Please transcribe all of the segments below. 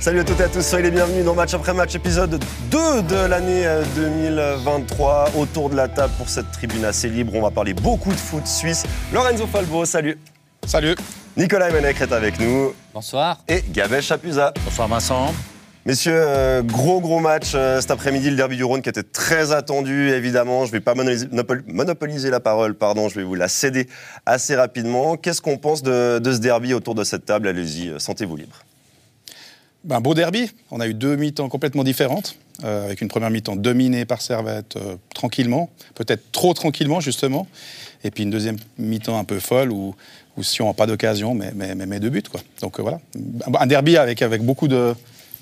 Salut à toutes et à tous, soyez les bienvenus dans Match après Match, épisode 2 de l'année euh, 2023. Autour de la table pour cette tribune assez libre, on va parler beaucoup de foot suisse. Lorenzo Falbo, salut. Salut. Nicolas Menech est avec nous Bonsoir. et Gabel Chapuza. Bonsoir Vincent. Messieurs, euh, gros gros match euh, cet après-midi, le derby du Rhône qui était très attendu évidemment. Je ne vais pas monolis- monopol- monopoliser la parole, pardon, je vais vous la céder assez rapidement. Qu'est-ce qu'on pense de, de ce derby autour de cette table Allez-y, euh, sentez-vous libre. Un Ben, beau derby. On a eu deux mi-temps complètement différentes, euh, avec une première mi-temps dominée par Servette euh, tranquillement, peut-être trop tranquillement justement, et puis une deuxième mi-temps un peu folle où, où si on n'a pas d'occasion, mais, mais, mais, mais deux buts quoi. Donc euh, voilà, un, un derby avec, avec beaucoup de,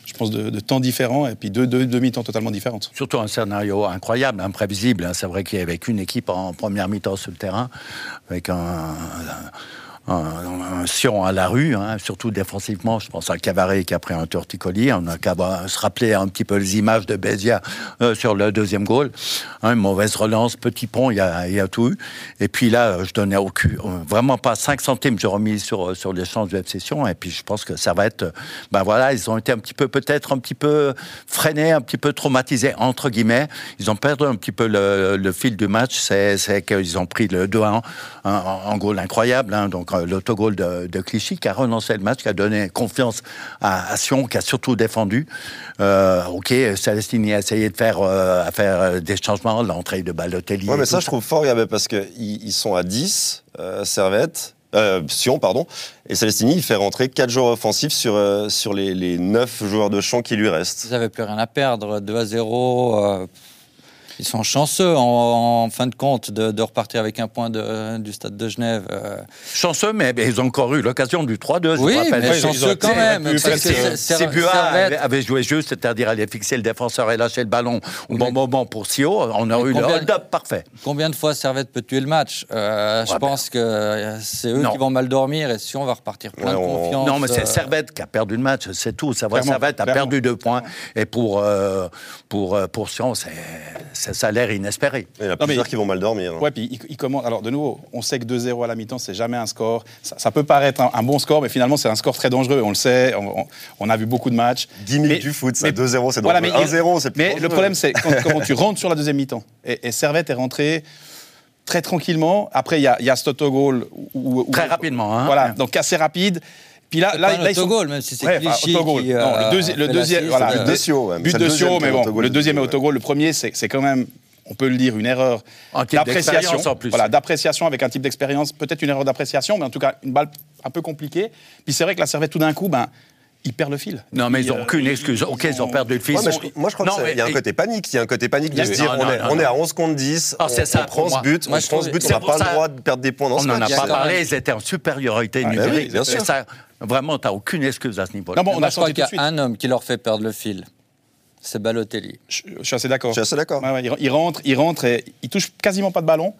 je pense, de, de temps différents et puis deux, deux demi-temps totalement différentes. Surtout un scénario incroyable, imprévisible. hein. C'est vrai qu'il y avait qu'une équipe en première mi-temps sur le terrain, avec un, un, un Sion à la rue, hein, surtout défensivement. Je pense à Cavaret qui a pris un torticolis. On a qu'à voir- se rappeler un petit peu les images de Bézia euh, sur le deuxième goal. Hein, une mauvaise relance, petit pont, il y a, il y a tout eu. Et puis là, euh, je donnais au cul, euh, vraiment pas 5 centimes, j'ai remis sur, euh, sur l'échange de l'obsession. Et puis je pense que ça va être. euh, Ben voilà, ils ont été un petit peu, peut-être un petit peu freinés, un petit peu traumatisés, entre guillemets. Ils ont perdu un petit peu le, le fil du match. C'est c'est qu'ils ont pris le 2-1, un, un goal incroyable. hein. donc euh, l'autogol de, de Clichy qui a relancé le match, qui a donné confiance à, à Sion, qui a surtout défendu. Euh, ok, Celestini a essayé de faire, euh, à faire euh, des changements, l'entrée de Balotelli. Ouais, et mais tout ça, je trouve fort, Gabé, parce qu'ils ils sont à 10, euh, Servette, euh, Sion, pardon, et Celestini, il fait rentrer 4 joueurs offensifs sur, euh, sur les, les 9 joueurs de champ qui lui restent. Ils n'avaient plus rien à perdre. 2 à 0. euh, ils sont chanceux en, en fin de compte de, de repartir avec un point de- du stade de Genève. euh. Chanceux, mais mais ils ont encore eu l'occasion du 3-2. je oui, vous rappelle. mais ils ont- chanceux ils quand auraient même. pu parce faire que ça. Ser- Ser- Sébua avait, Servette, avait joué juste, c'est-à-dire aller fixer le défenseur et lâcher le ballon au Oui, bon mais- moment pour Sio. On a Mais eu le combien- hold-up parfait. combien de fois Servette peut tuer le match Euh, Je Ouais, pense que euh, c'est eux Non. qui vont mal dormir et si on va repartir plein Ouais, de on- confiance. Non, mais c'est euh, Servette qui a perdu le match, c'est tout. Ça va, Clairement, Servette a clairement. perdu deux points. Et pour, euh, pour, euh, pour Sion, c'est- c'est salaire inespéré. Il y en a plusieurs mais- qui vont mal dormir. hein. Ouais, puis il, il commence. Alors de nouveau, on sait que 2-0 à la mi-temps, c'est jamais un score. Ça, ça peut paraître un, un bon score, mais finalement, c'est un score très dangereux. On le sait. On, on- on a vu beaucoup de matchs. 10 000 Mais- du foot, ça, mais- 2-0, c'est Voilà, dangereux. mais il- 1-0, c'est plus Mais dangereux. le problème, c'est quand, comment tu rentres sur la deuxième mi-temps. Et, et Servette est rentré très tranquillement. Après, il y a, il y a cet autogol. où- où- où- Très rapidement, hein. Voilà, donc assez rapide. Puis là, c'est là, pas un là, ils sont- autogol, même si c'est Ouais, enfin, Clichy autogol. qui, Non, euh, le, deuxi- le fait deuxième, l'assist, voilà, euh, le de Sio, ouais, mais but c'est de le Sio, deuxième qui mais est bon, autogol le de deuxième est Sio, ouais. autogol. Le premier, c'est c'est quand même, on peut le dire, une erreur Ah, Un type d'expérience d'appréciation. en plus. Voilà, d'appréciation avec un type d'expérience, peut-être une erreur d'appréciation, mais en tout cas une balle un peu compliquée. Puis c'est vrai que la Servette, tout d'un coup, ben, il perd le fil. Non, mais ils euh, n'ont aucune excuse. OK, ils ont perdu le fils. Ouais, mais je- moi, je crois Non, qu'il y a un mais- côté panique. Il y a un côté panique Il de y a se eu- dire non, on, non, est, non, on non. est à 11 contre 10, Ah, on, c'est ça, on prend pour ce moi. but, Moi, on je prend ce trouve- but, on c'est n'a pour pas ça- le droit de perdre des points dans On ce n'en match. il y a a pas quand parlé, même- ils étaient en supériorité Ah, bah oui, numérique. bien Et sûr. ça, vraiment, tu n'as aucune excuse à ce niveau-là. Non, bon, on Moi, a je crois senti qu'il tout de y suite. a un homme qui leur fait perdre le fil. C'est Balotelli. Je, je suis assez d'accord. Je suis assez d'accord. Ouais, ouais, il, il rentre, il rentre et il touche quasiment pas de ballon,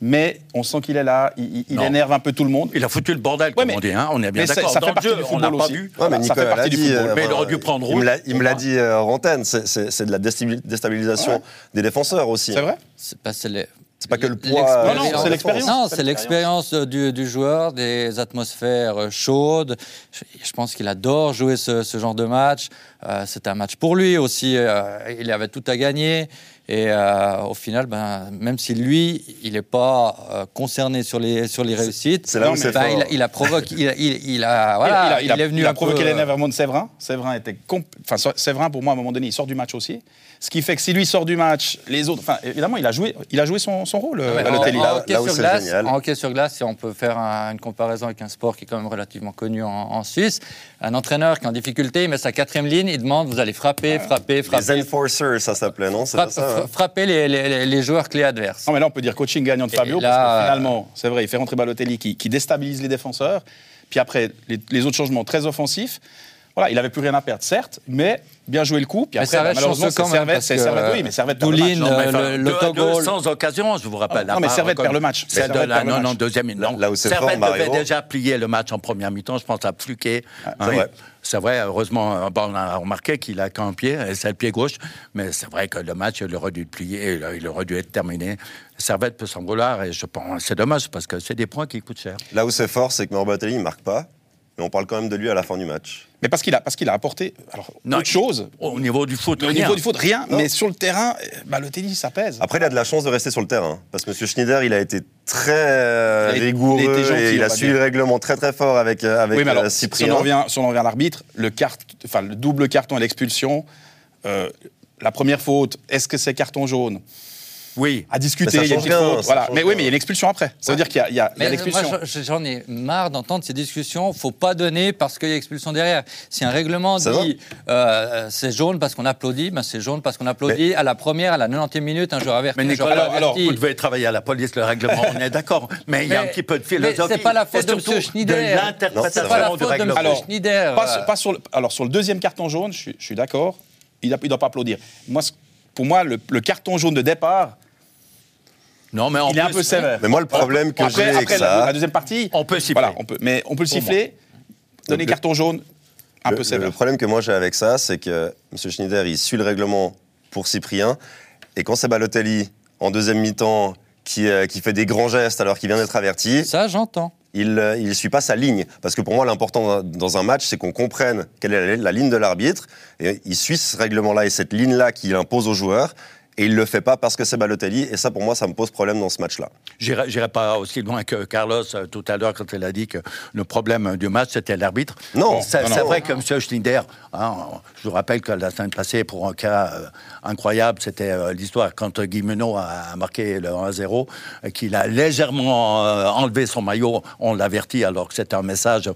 mais on sent qu'il est là, il, il- il Non. énerve un peu tout le monde. Il a foutu le bordel, Ouais, comme mais- on dit. hein. On est bien mais ça- d'accord. ça fait Dans le partie jeu, du on n'a football pas aussi. vu. Ouais, mais Ça fait Nicolas partie l'a du dit, football. euh, Mais il voilà, aurait dû prendre Il me rouge, l'a- il me l'a pour moi. dit euh, en antenne, c'est- c'est c'est de la déstabil- déstabilisation Ouais. des défenseurs aussi. C'est vrai C'est pas, c'est les- C'est pas que le L'expérience. poids. euh, Non, non, des c'est l'expérience. défenses. Non, c'est l'expérience euh, du, du joueur, des atmosphères euh, chaudes. Je, je pense qu'il adore jouer ce, ce genre de match. Euh, c'est un match pour lui aussi. euh, il avait tout à gagner. Et euh, au final, ben, même si lui, il n'est pas euh, concerné sur les, sur les réussites, C'est là Non, où mais- c'est ben, fort. il, a- il a provoqué. Il, a- il- il a, voilà, il, est venu il a un peu, provoqué euh, l'énervement de Séverin. Séverin était. comp- Enfin, So- Séverin, pour moi, à un moment donné, il sort du match aussi. Ce qui fait que si lui sort du match, les autres. Enfin, évidemment, il a joué, il a joué son, son rôle, euh, Ah Ouais, Bah, en- Balotelli. en Là- hockey là où sur c'est glace- génial. En hockey sur glace, si on peut faire un- une comparaison avec un sport qui est quand même relativement connu en, en Suisse, un entraîneur qui est en difficulté, il met sa quatrième ligne, il demande vous allez frapper, frapper, Les frapper. enforcers, ça s'appelait, non C'est frappe- pas ça hein fra- Frapper les, les- les- les joueurs clés adverses. Non, mais là, on peut dire coaching gagnant de Et Fabio, là, parce euh, que finalement, c'est vrai, il fait rentrer Balotelli qui, qui déstabilise les défenseurs. Puis après, les, les autres changements très offensifs. Voilà, il n'avait plus rien à perdre, certes, mais bien joué le coup. Puis Mais après, Servette bah, malheureusement, chanceux c'est quand même, Servette, parce c'est que, Servette, oui, mais Servette perd le Douline, match. hein. Non, mais Euh, enfin, le- deux- l'autogol. deux sans occasion, je vous rappelle. Ah, hein, Non, la mais part Servette perd record- le match. Celle de Servette la perd le match. 92e minute. Non, Là où c'est fort, Servette Mario. devait déjà plier le match en première mi-temps. Je pense à Fluquet. Ah, Hein, vrai. C'est vrai, heureusement, euh, bon, on a remarqué qu'il a qu'un pied, et c'est le pied gauche. Mais c'est vrai que le match, il aurait dû le plier, il- il aurait dû être terminé. Servette peut s'en vouloir, et je pense c'est dommage parce que c'est des points qui coûtent cher. Là où c'est fort, c'est que Mauro Balotelli, il marque pas. mais on parle quand même de lui à la fin du match. Mais parce qu'il a, parce qu'il a apporté alors, Non, autre chose. Au niveau du foot, Mais au rien. niveau du foot, rien. Non. Mais sur le terrain, euh, bah, le tennis, ça pèse. Après, il a de la chance de rester sur le terrain, parce que M. Schneider, il a été très euh, Il a été- rigoureux il a été gentil, et il on a va suivi dire. le règlement très très fort avec, euh, avec oui, mais euh, alors, si on Cyprien. en revient, si on en revient à l'arbitre, le, cart- enfin, le double carton et l'expulsion, euh, la première faute, est-ce que c'est carton jaune Oui. À discuter, ça il y a une change petite rien, faute. ça Voilà. change Mais oui, rien. mais il y a l'expulsion après. Ça veut dire qu'il y a, il y a- il y a Mais moi, l'expulsion. je- j'en ai marre d'entendre ces discussions. Faut pas donner parce qu'il y a expulsion derrière. Si un règlement Ça va dit euh, c'est jaune parce qu'on applaudit, ben c'est jaune parce qu'on applaudit. À la première, à la 90e minute, un joueur averti. Mais un joueur Nicolas, pas alors, alors, averti. vous devez travailler à la police, le règlement, on est d'accord. Mais il y a un Mais- petit peu de mais philosophie. c'est pas la faute et de M. surtout Schneider. De C'est C'est pas la l'interprétation faute du de M. règlement. Alors, Schneider. Pas, euh, sur, pas sur le, alors, sur le deuxième carton jaune, je, suis- je suis d'accord, il ne doit pas applaudir. Moi, ce- pour moi, le, le carton jaune de départ, Non, mais en il est un plus, peu sévère. Mais moi, le problème que j'ai après, avec après ça, la, la deuxième partie, On peut siffler. voilà, on peut, mais on peut le siffler, donner le- carton jaune, un le, peu le sévère. problème que moi j'ai avec ça, c'est que M. Schneider, il suit le règlement pour Cyprien, et quand c'est Balotelli, en deuxième mi-temps, qui, euh, qui fait des grands gestes alors qu'il vient d'être averti, Ça, j'entends. il euh, il suit pas sa ligne. Parce que pour moi, l'important dans un match, c'est qu'on comprenne quelle est la, la ligne de l'arbitre. Et il suit ce règlement-là et cette ligne-là qu'il impose aux joueurs. Et il le fait pas parce que c'est Balotelli. Et ça, pour moi, ça me pose problème dans ce match-là. J'irai j'irai pas aussi loin que Carlos euh, tout à l'heure quand il a dit que le problème du match c'était l'arbitre. Non, c'est non, c'est non. vrai que M. Schneider, hein, on- je vous rappelle que la semaine passée, pour un cas euh, incroyable, c'était euh, l'histoire quand euh, Guy Meneau a a marqué le 1-0, euh, qu'il a légèrement euh, enlevé son maillot, on l'avertit alors que c'était un message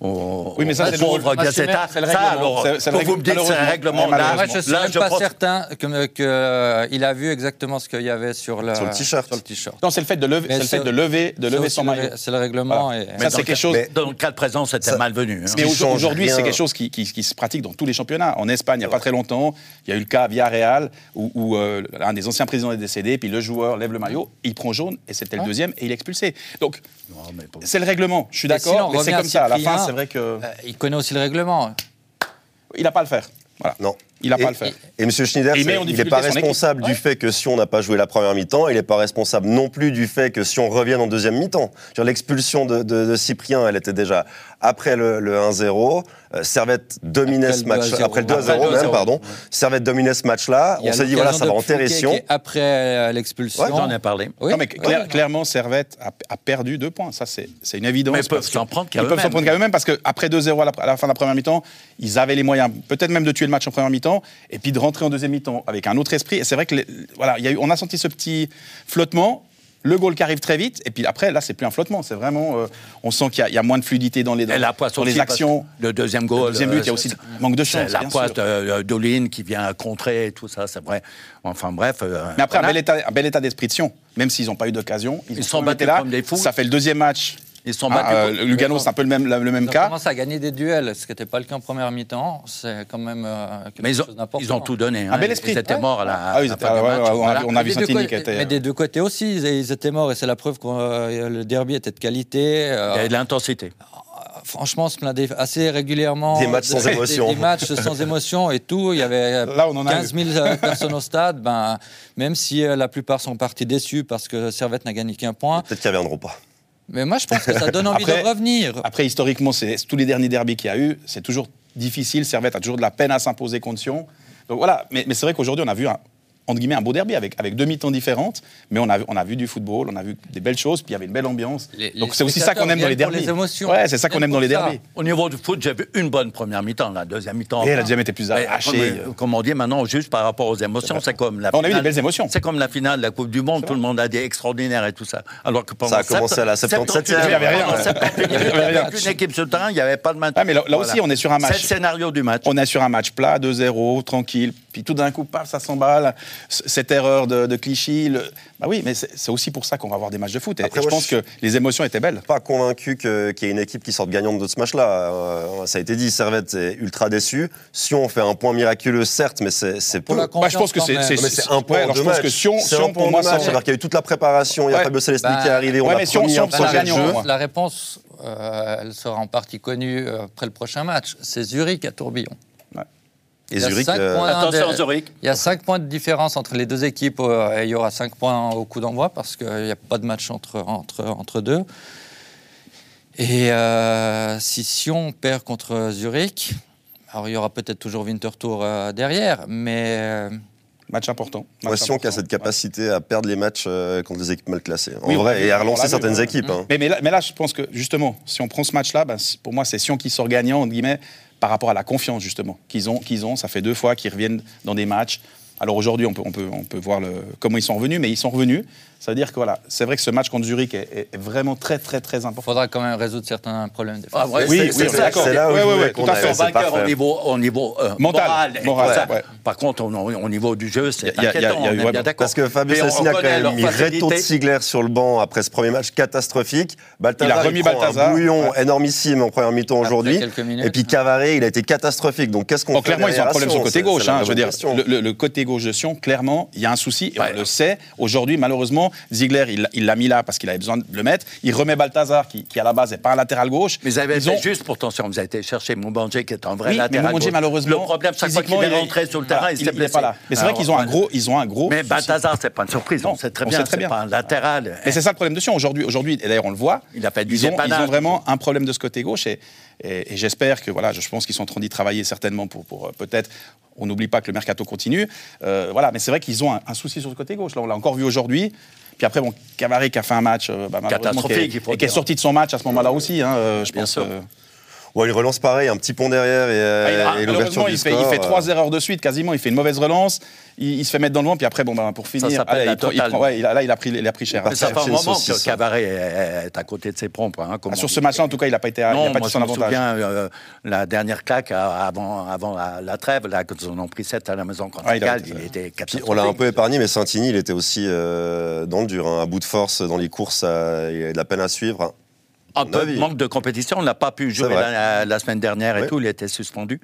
au, Oui, mais ça, au c'est le- pauvre Ah, c'est Gazzetta. le- c'est le Ça, règlement. alors, C'est- c'est le quand vous me dites que c'est un règlement. règlement, Ouais, là, Moi, je suis Ah, là, même pas pense- certain que, que, euh, il a vu exactement ce qu'il y avait sur le Sur le t-shirt. sur le t-shirt. Non, c'est le fait de lever, Mais c'est le fait c'est- de lever, de Ça lever aussi, son le- maillot. C'est le règlement. Voilà. et- Ça, c'est quelque chose. mais- Dans le cas présent, c'était Ça- malvenu. hein. Ce Mais qui au- change aujourd'hui, c'est rien. quelque chose qui, qui- qui se pratique dans tous les championnats. En Espagne, il n'y a pas très longtemps, il y a eu le cas à Villarreal où, où, euh, un des anciens présidents est décédé, puis le joueur lève le maillot, il prend jaune, et c'était le Hein deuxième, et il est expulsé. Donc, Non, mais bon. c'est le règlement, je suis Et si l'on d'accord, mais c'est revient à comme ça. À la Cyprien, fin, c'est vrai que euh, il connaît aussi le règlement. il n'a pas à le faire. Voilà. Non. Il n'a Et- pas à le faire. Et M. Schneider, Et il met c'est- en il n'est pas difficulté son responsable du fait que si on n'a pas joué la première mi-temps, il n'est pas responsable non plus du fait que si on revient en deuxième mi-temps. Je veux dire, L'expulsion de, de- de Cyprien, elle était déjà après le, le 1-0. Euh, Servette dominait Après ce le match. 2-0. Après le 2-0 Après le même, 2-0, pardon. Servette dominait ce match-là. Il y On a s'est dit, voilà, l'occasion ça va de en Fouquet terression. qui est Après euh, l'expulsion. Ouais, J'en ai parlé. Oui, non, mais oui, clair- non. clairement, Servette a, a perdu deux points. Ça, c'est c'est une évidence. Mais ils peuvent parce que- s'en prendre qu'à Ils peuvent s'en eux-mêmes. prendre qu'à eux-mêmes parce qu'après 2-0 à, la- à la fin de la première mi-temps, ils avaient les moyens, peut-être même de tuer le match en première mi-temps, et puis de rentrer en deuxième mi-temps avec un autre esprit. Et c'est vrai que les- voilà, il y a eu- on a senti ce petit flottement. Le goal qui arrive très vite, et puis après, là, c'est plus un flottement, c'est vraiment. euh, on sent qu'il y a- il y, a moins de fluidité dans les, dans, Et la poisse dans les aussi, parce actions. que Le deuxième goal. Le deuxième but, il y a euh, aussi c'est- manque de c'est chance. La bien sûr. poisse de d'Olin qui vient contrer et tout ça, c'est vrai. Enfin bref. euh, Mais après, voilà. un, bel état, un bel état d'esprit de Sion, même s'ils n'ont pas eu d'occasion. Ils ont sont quand même battus été là. comme des fous. Ça fait le deuxième match. Ils sont Ah, battus euh, comme- Lugano, c'est un peu le même, la- le même Ils ont cas. commencé à gagner des duels, ce qui n'était pas le cas en première mi-temps. C'est quand même euh, quelque mais ils ont, chose d'important. ils ont tout donné. Un hein. bel esprit. Ils étaient Ouais. morts à la, Ah, ils à la étaient- fin du ah, ouais, match. ouais, ouais, Voilà. on a vu Mais des deux Santini qui côtés- était. euh, Mais des deux côtés aussi, ils, ils étaient morts et c'est la preuve que le derby était de qualité. Euh, Il y a eu de l'intensité. franchement, on se plaindre assez régulièrement. Des matchs sans Des- émotion. Des, des matchs sans émotion et tout. Il y avait Là, on en a 15 000 euh, personnes au stade. Ben, même si euh, la plupart sont partis déçus parce que Servette n'a gagné qu'un point. Peut-être qu'ils ne reviendront pas. Mais moi, je pense que ça donne envie Après- de revenir. Après, historiquement, c'est tous les derniers derbys qu'il y a eu, c'est toujours difficile. Servette a toujours de la peine à s'imposer contre Sion. Donc voilà, mais, mais c'est vrai qu'aujourd'hui, on a vu un, entre guillemets, un beau derby avec, avec deux mi-temps différentes, mais on a, on a vu du football, on a vu des belles choses, puis il y avait une belle ambiance. Les- les Donc c'est aussi ça qu'on aime dans les spectateurs viennent pour derbys. les émotions. Ouais, c'est ça qu'on Viennent aime dans pour les ça. derbys. Au niveau du foot, j'ai vu une bonne première mi-temps. La deuxième mi-temps. Et la deuxième était plus Ouais, hachée. Comme, euh, comme on dit maintenant, juste par rapport aux émotions, c'est comme la On a eu des finale- belles émotions. C'est comme la finale de la Coupe du Monde, tout le monde a dit extraordinaire et tout ça. Alors que pendant Ça a commencé sept- à la 77e. Il y avait rien. pendant 78, Il y avait il y avait rien. aucune équipe sur le terrain, il n'y avait pas de match. Ah, mais là- là aussi, on est sur un match. C'est le scénario du match. On est sur un match plat, 2-0, tranquille, puis tout d'un coup, paf, ça s'emballe. C- Cette erreur de, de Clichy. le- Bah oui, mais c'est c'est aussi pour ça qu'on va avoir des matchs de foot. Et, Après, et je moi, pense je- que les émotions étaient belles. pas convaincu que- qu'il y ait une équipe qui sorte gagnante de ce match-là. Euh, ça a été dit, Servette est ultra déçu. Si on fait un point miraculeux, certes, mais c'est c'est peu. la Non, con- Bah, je pense que quand c'est même. c'est- mais c'est un point ouais, alors de je pense match. que Sion, C'est un Sion, point pour de moi, match, sans- alors qu'il y a eu toute la préparation, il y a Ouais. Fabio Celestini Bah, qui est arrivé, on ouais, a mais Sion- promis Sion un prend projet de gagnant, jeu. moi. Ben, La réponse, euh, elle sera en partie connue euh, après le prochain match. C'est Zurich à Tourbillon. Et Il y a Zurich, cinq euh, points. Attention, de- Zurich. Il y a 5 points de différence entre les deux équipes euh, et il y aura 5 points au coup d'envoi parce qu'il n'y a pas de match entre, entre, entre deux. Et euh, si Sion perd contre Zurich, alors il y aura peut-être toujours Winterthur euh, derrière, mais euh, Match important. Moi, match Sion qui a important. cette capacité à perdre les matchs euh, contre des équipes mal classées. En Oui, on l'a vrai, vu, et à on l'a relancer vu, certaines ouais. équipes. hein. Mais, mais là, mais là, je pense que justement, si on prend ce match-là, ben, c- pour moi, c'est Sion qui sort gagnant, entre guillemets, par rapport à la confiance, justement, qu'ils ont, qu'ils ont. Ça fait deux fois qu'ils reviennent dans des matchs. Alors aujourd'hui, on peut, on, peut, on peut voir le, comment ils sont revenus, mais ils sont revenus. Ça veut dire que voilà, c'est vrai que ce match contre Zurich est, est- est vraiment très, très, très il important. faudra quand même résoudre certains problèmes. défensifs. Ah, ouais, Oui, c'est- oui, c'est on est ça, d'accord. c'est- C'est là où Ouais, je ouais, voulais ouais, qu'on tout à fait. aille, Ouais, sont c'est vainqueurs parfait. au niveau, au niveau euh, Mental, moral. moral, Ça, ouais. Par contre, on- on- au niveau du jeu, c'est Y a- y a- y a- inquiétant. y a- on est ouais, bien d'accord. Parce que Fabio Mais on Sassini a quand reconnaît même leur mis Reto facilité. de Sigler sur le banc après ce premier match catastrophique. Balthazar, Il a remis prend Balthazar. un bouillon énormissime en première mi-temps Après aujourd'hui. quelques minutes. Et puis Cavare, il a été catastrophique. Donc qu'est-ce qu'on Bon, fait clairement, ils ont un derrière problème sur Sion le côté C'est- gauche. c'est la hein, vraie je veux dire, question. le, le- le côté gauche de Sion, clairement, il y a un souci. et Ouais. on le sait. Aujourd'hui, malheureusement, Ziegler, il il l'a mis là parce qu'il avait besoin de le mettre. Il remet Balthazar, qui, qui, à la base n'est pas un latéral gauche. Mais ils avaient ont- fait juste pourtant si on vous a été chercher Moubanger qui est un vrai Oui, mais latéral. Monger, gauche. malheureusement, Le problème, chaque fois qu'il physiquement, il est est- rentré sur le terrain, voilà, il il- s'est il est blessé. pas là. Mais c'est vrai Alors, qu'ils ont un voilà. gros, ils ont un gros. Mais souci. Balthazar, c'est pas une surprise. Non, on sait très on bien. sait très C'est bien. pas un latéral. Mais c'est ça le problème de Sion. Aujourd'hui, aujourd'hui, et d'ailleurs on le voit, Il a fait du ils, ont, ils dépannage. ont vraiment un problème de ce côté gauche. Et, et- et j'espère que, voilà, je pense qu'ils sont en train d'y travailler certainement pour, pour euh, peut-être. On n'oublie pas que le mercato continue. Euh, voilà, mais c'est vrai qu'ils ont un, un souci sur ce côté gauche. Là, on l'a encore vu aujourd'hui. Puis après, bon, Cavari qui a fait un match euh, bah, malheureusement, Catastrophique, qui il est, faut et qui est dire. sorti de son match à ce moment-là aussi. hein, euh, je Bien pense. sûr. euh, Ouais, une relance pareil, un petit pont derrière et, ah, il- euh, ah, et l'ouverture malheureusement, du il fait, score. il fait euh, trois erreurs de suite quasiment. Il fait une mauvaise relance. Il, il se fait mettre dans le vent. Puis après, bon, bah, pour finir, s'appelle allez, la il prend- il totale. prend- ouais, il a- là, il a pris, il a pris cher. hein. Mais ça fait un chercher une moment saucisse. que Cavaret est est à côté de ses pompes. hein, comme Ah, on sur dit. ce match-là, en tout cas, il n'a pas été, il a Non, pas moi, été je son me avantage. souviens, euh, la dernière claque à- avant, avant la, la trêve, là, quand ils en ont pris 7 à la maison contre Ouais, Ah, il a- euh, Galles, il était Puis catastrophique. on l'a un peu épargné, mais Santini, il était aussi euh, dans le dur, hein, à bout de force dans les courses, euh, il a de la peine à suivre. hein. Un mon peu avis. de manque de compétition, on ne l'a pas pu jouer vrai. la, la semaine dernière et Oui. tout, il était suspendu.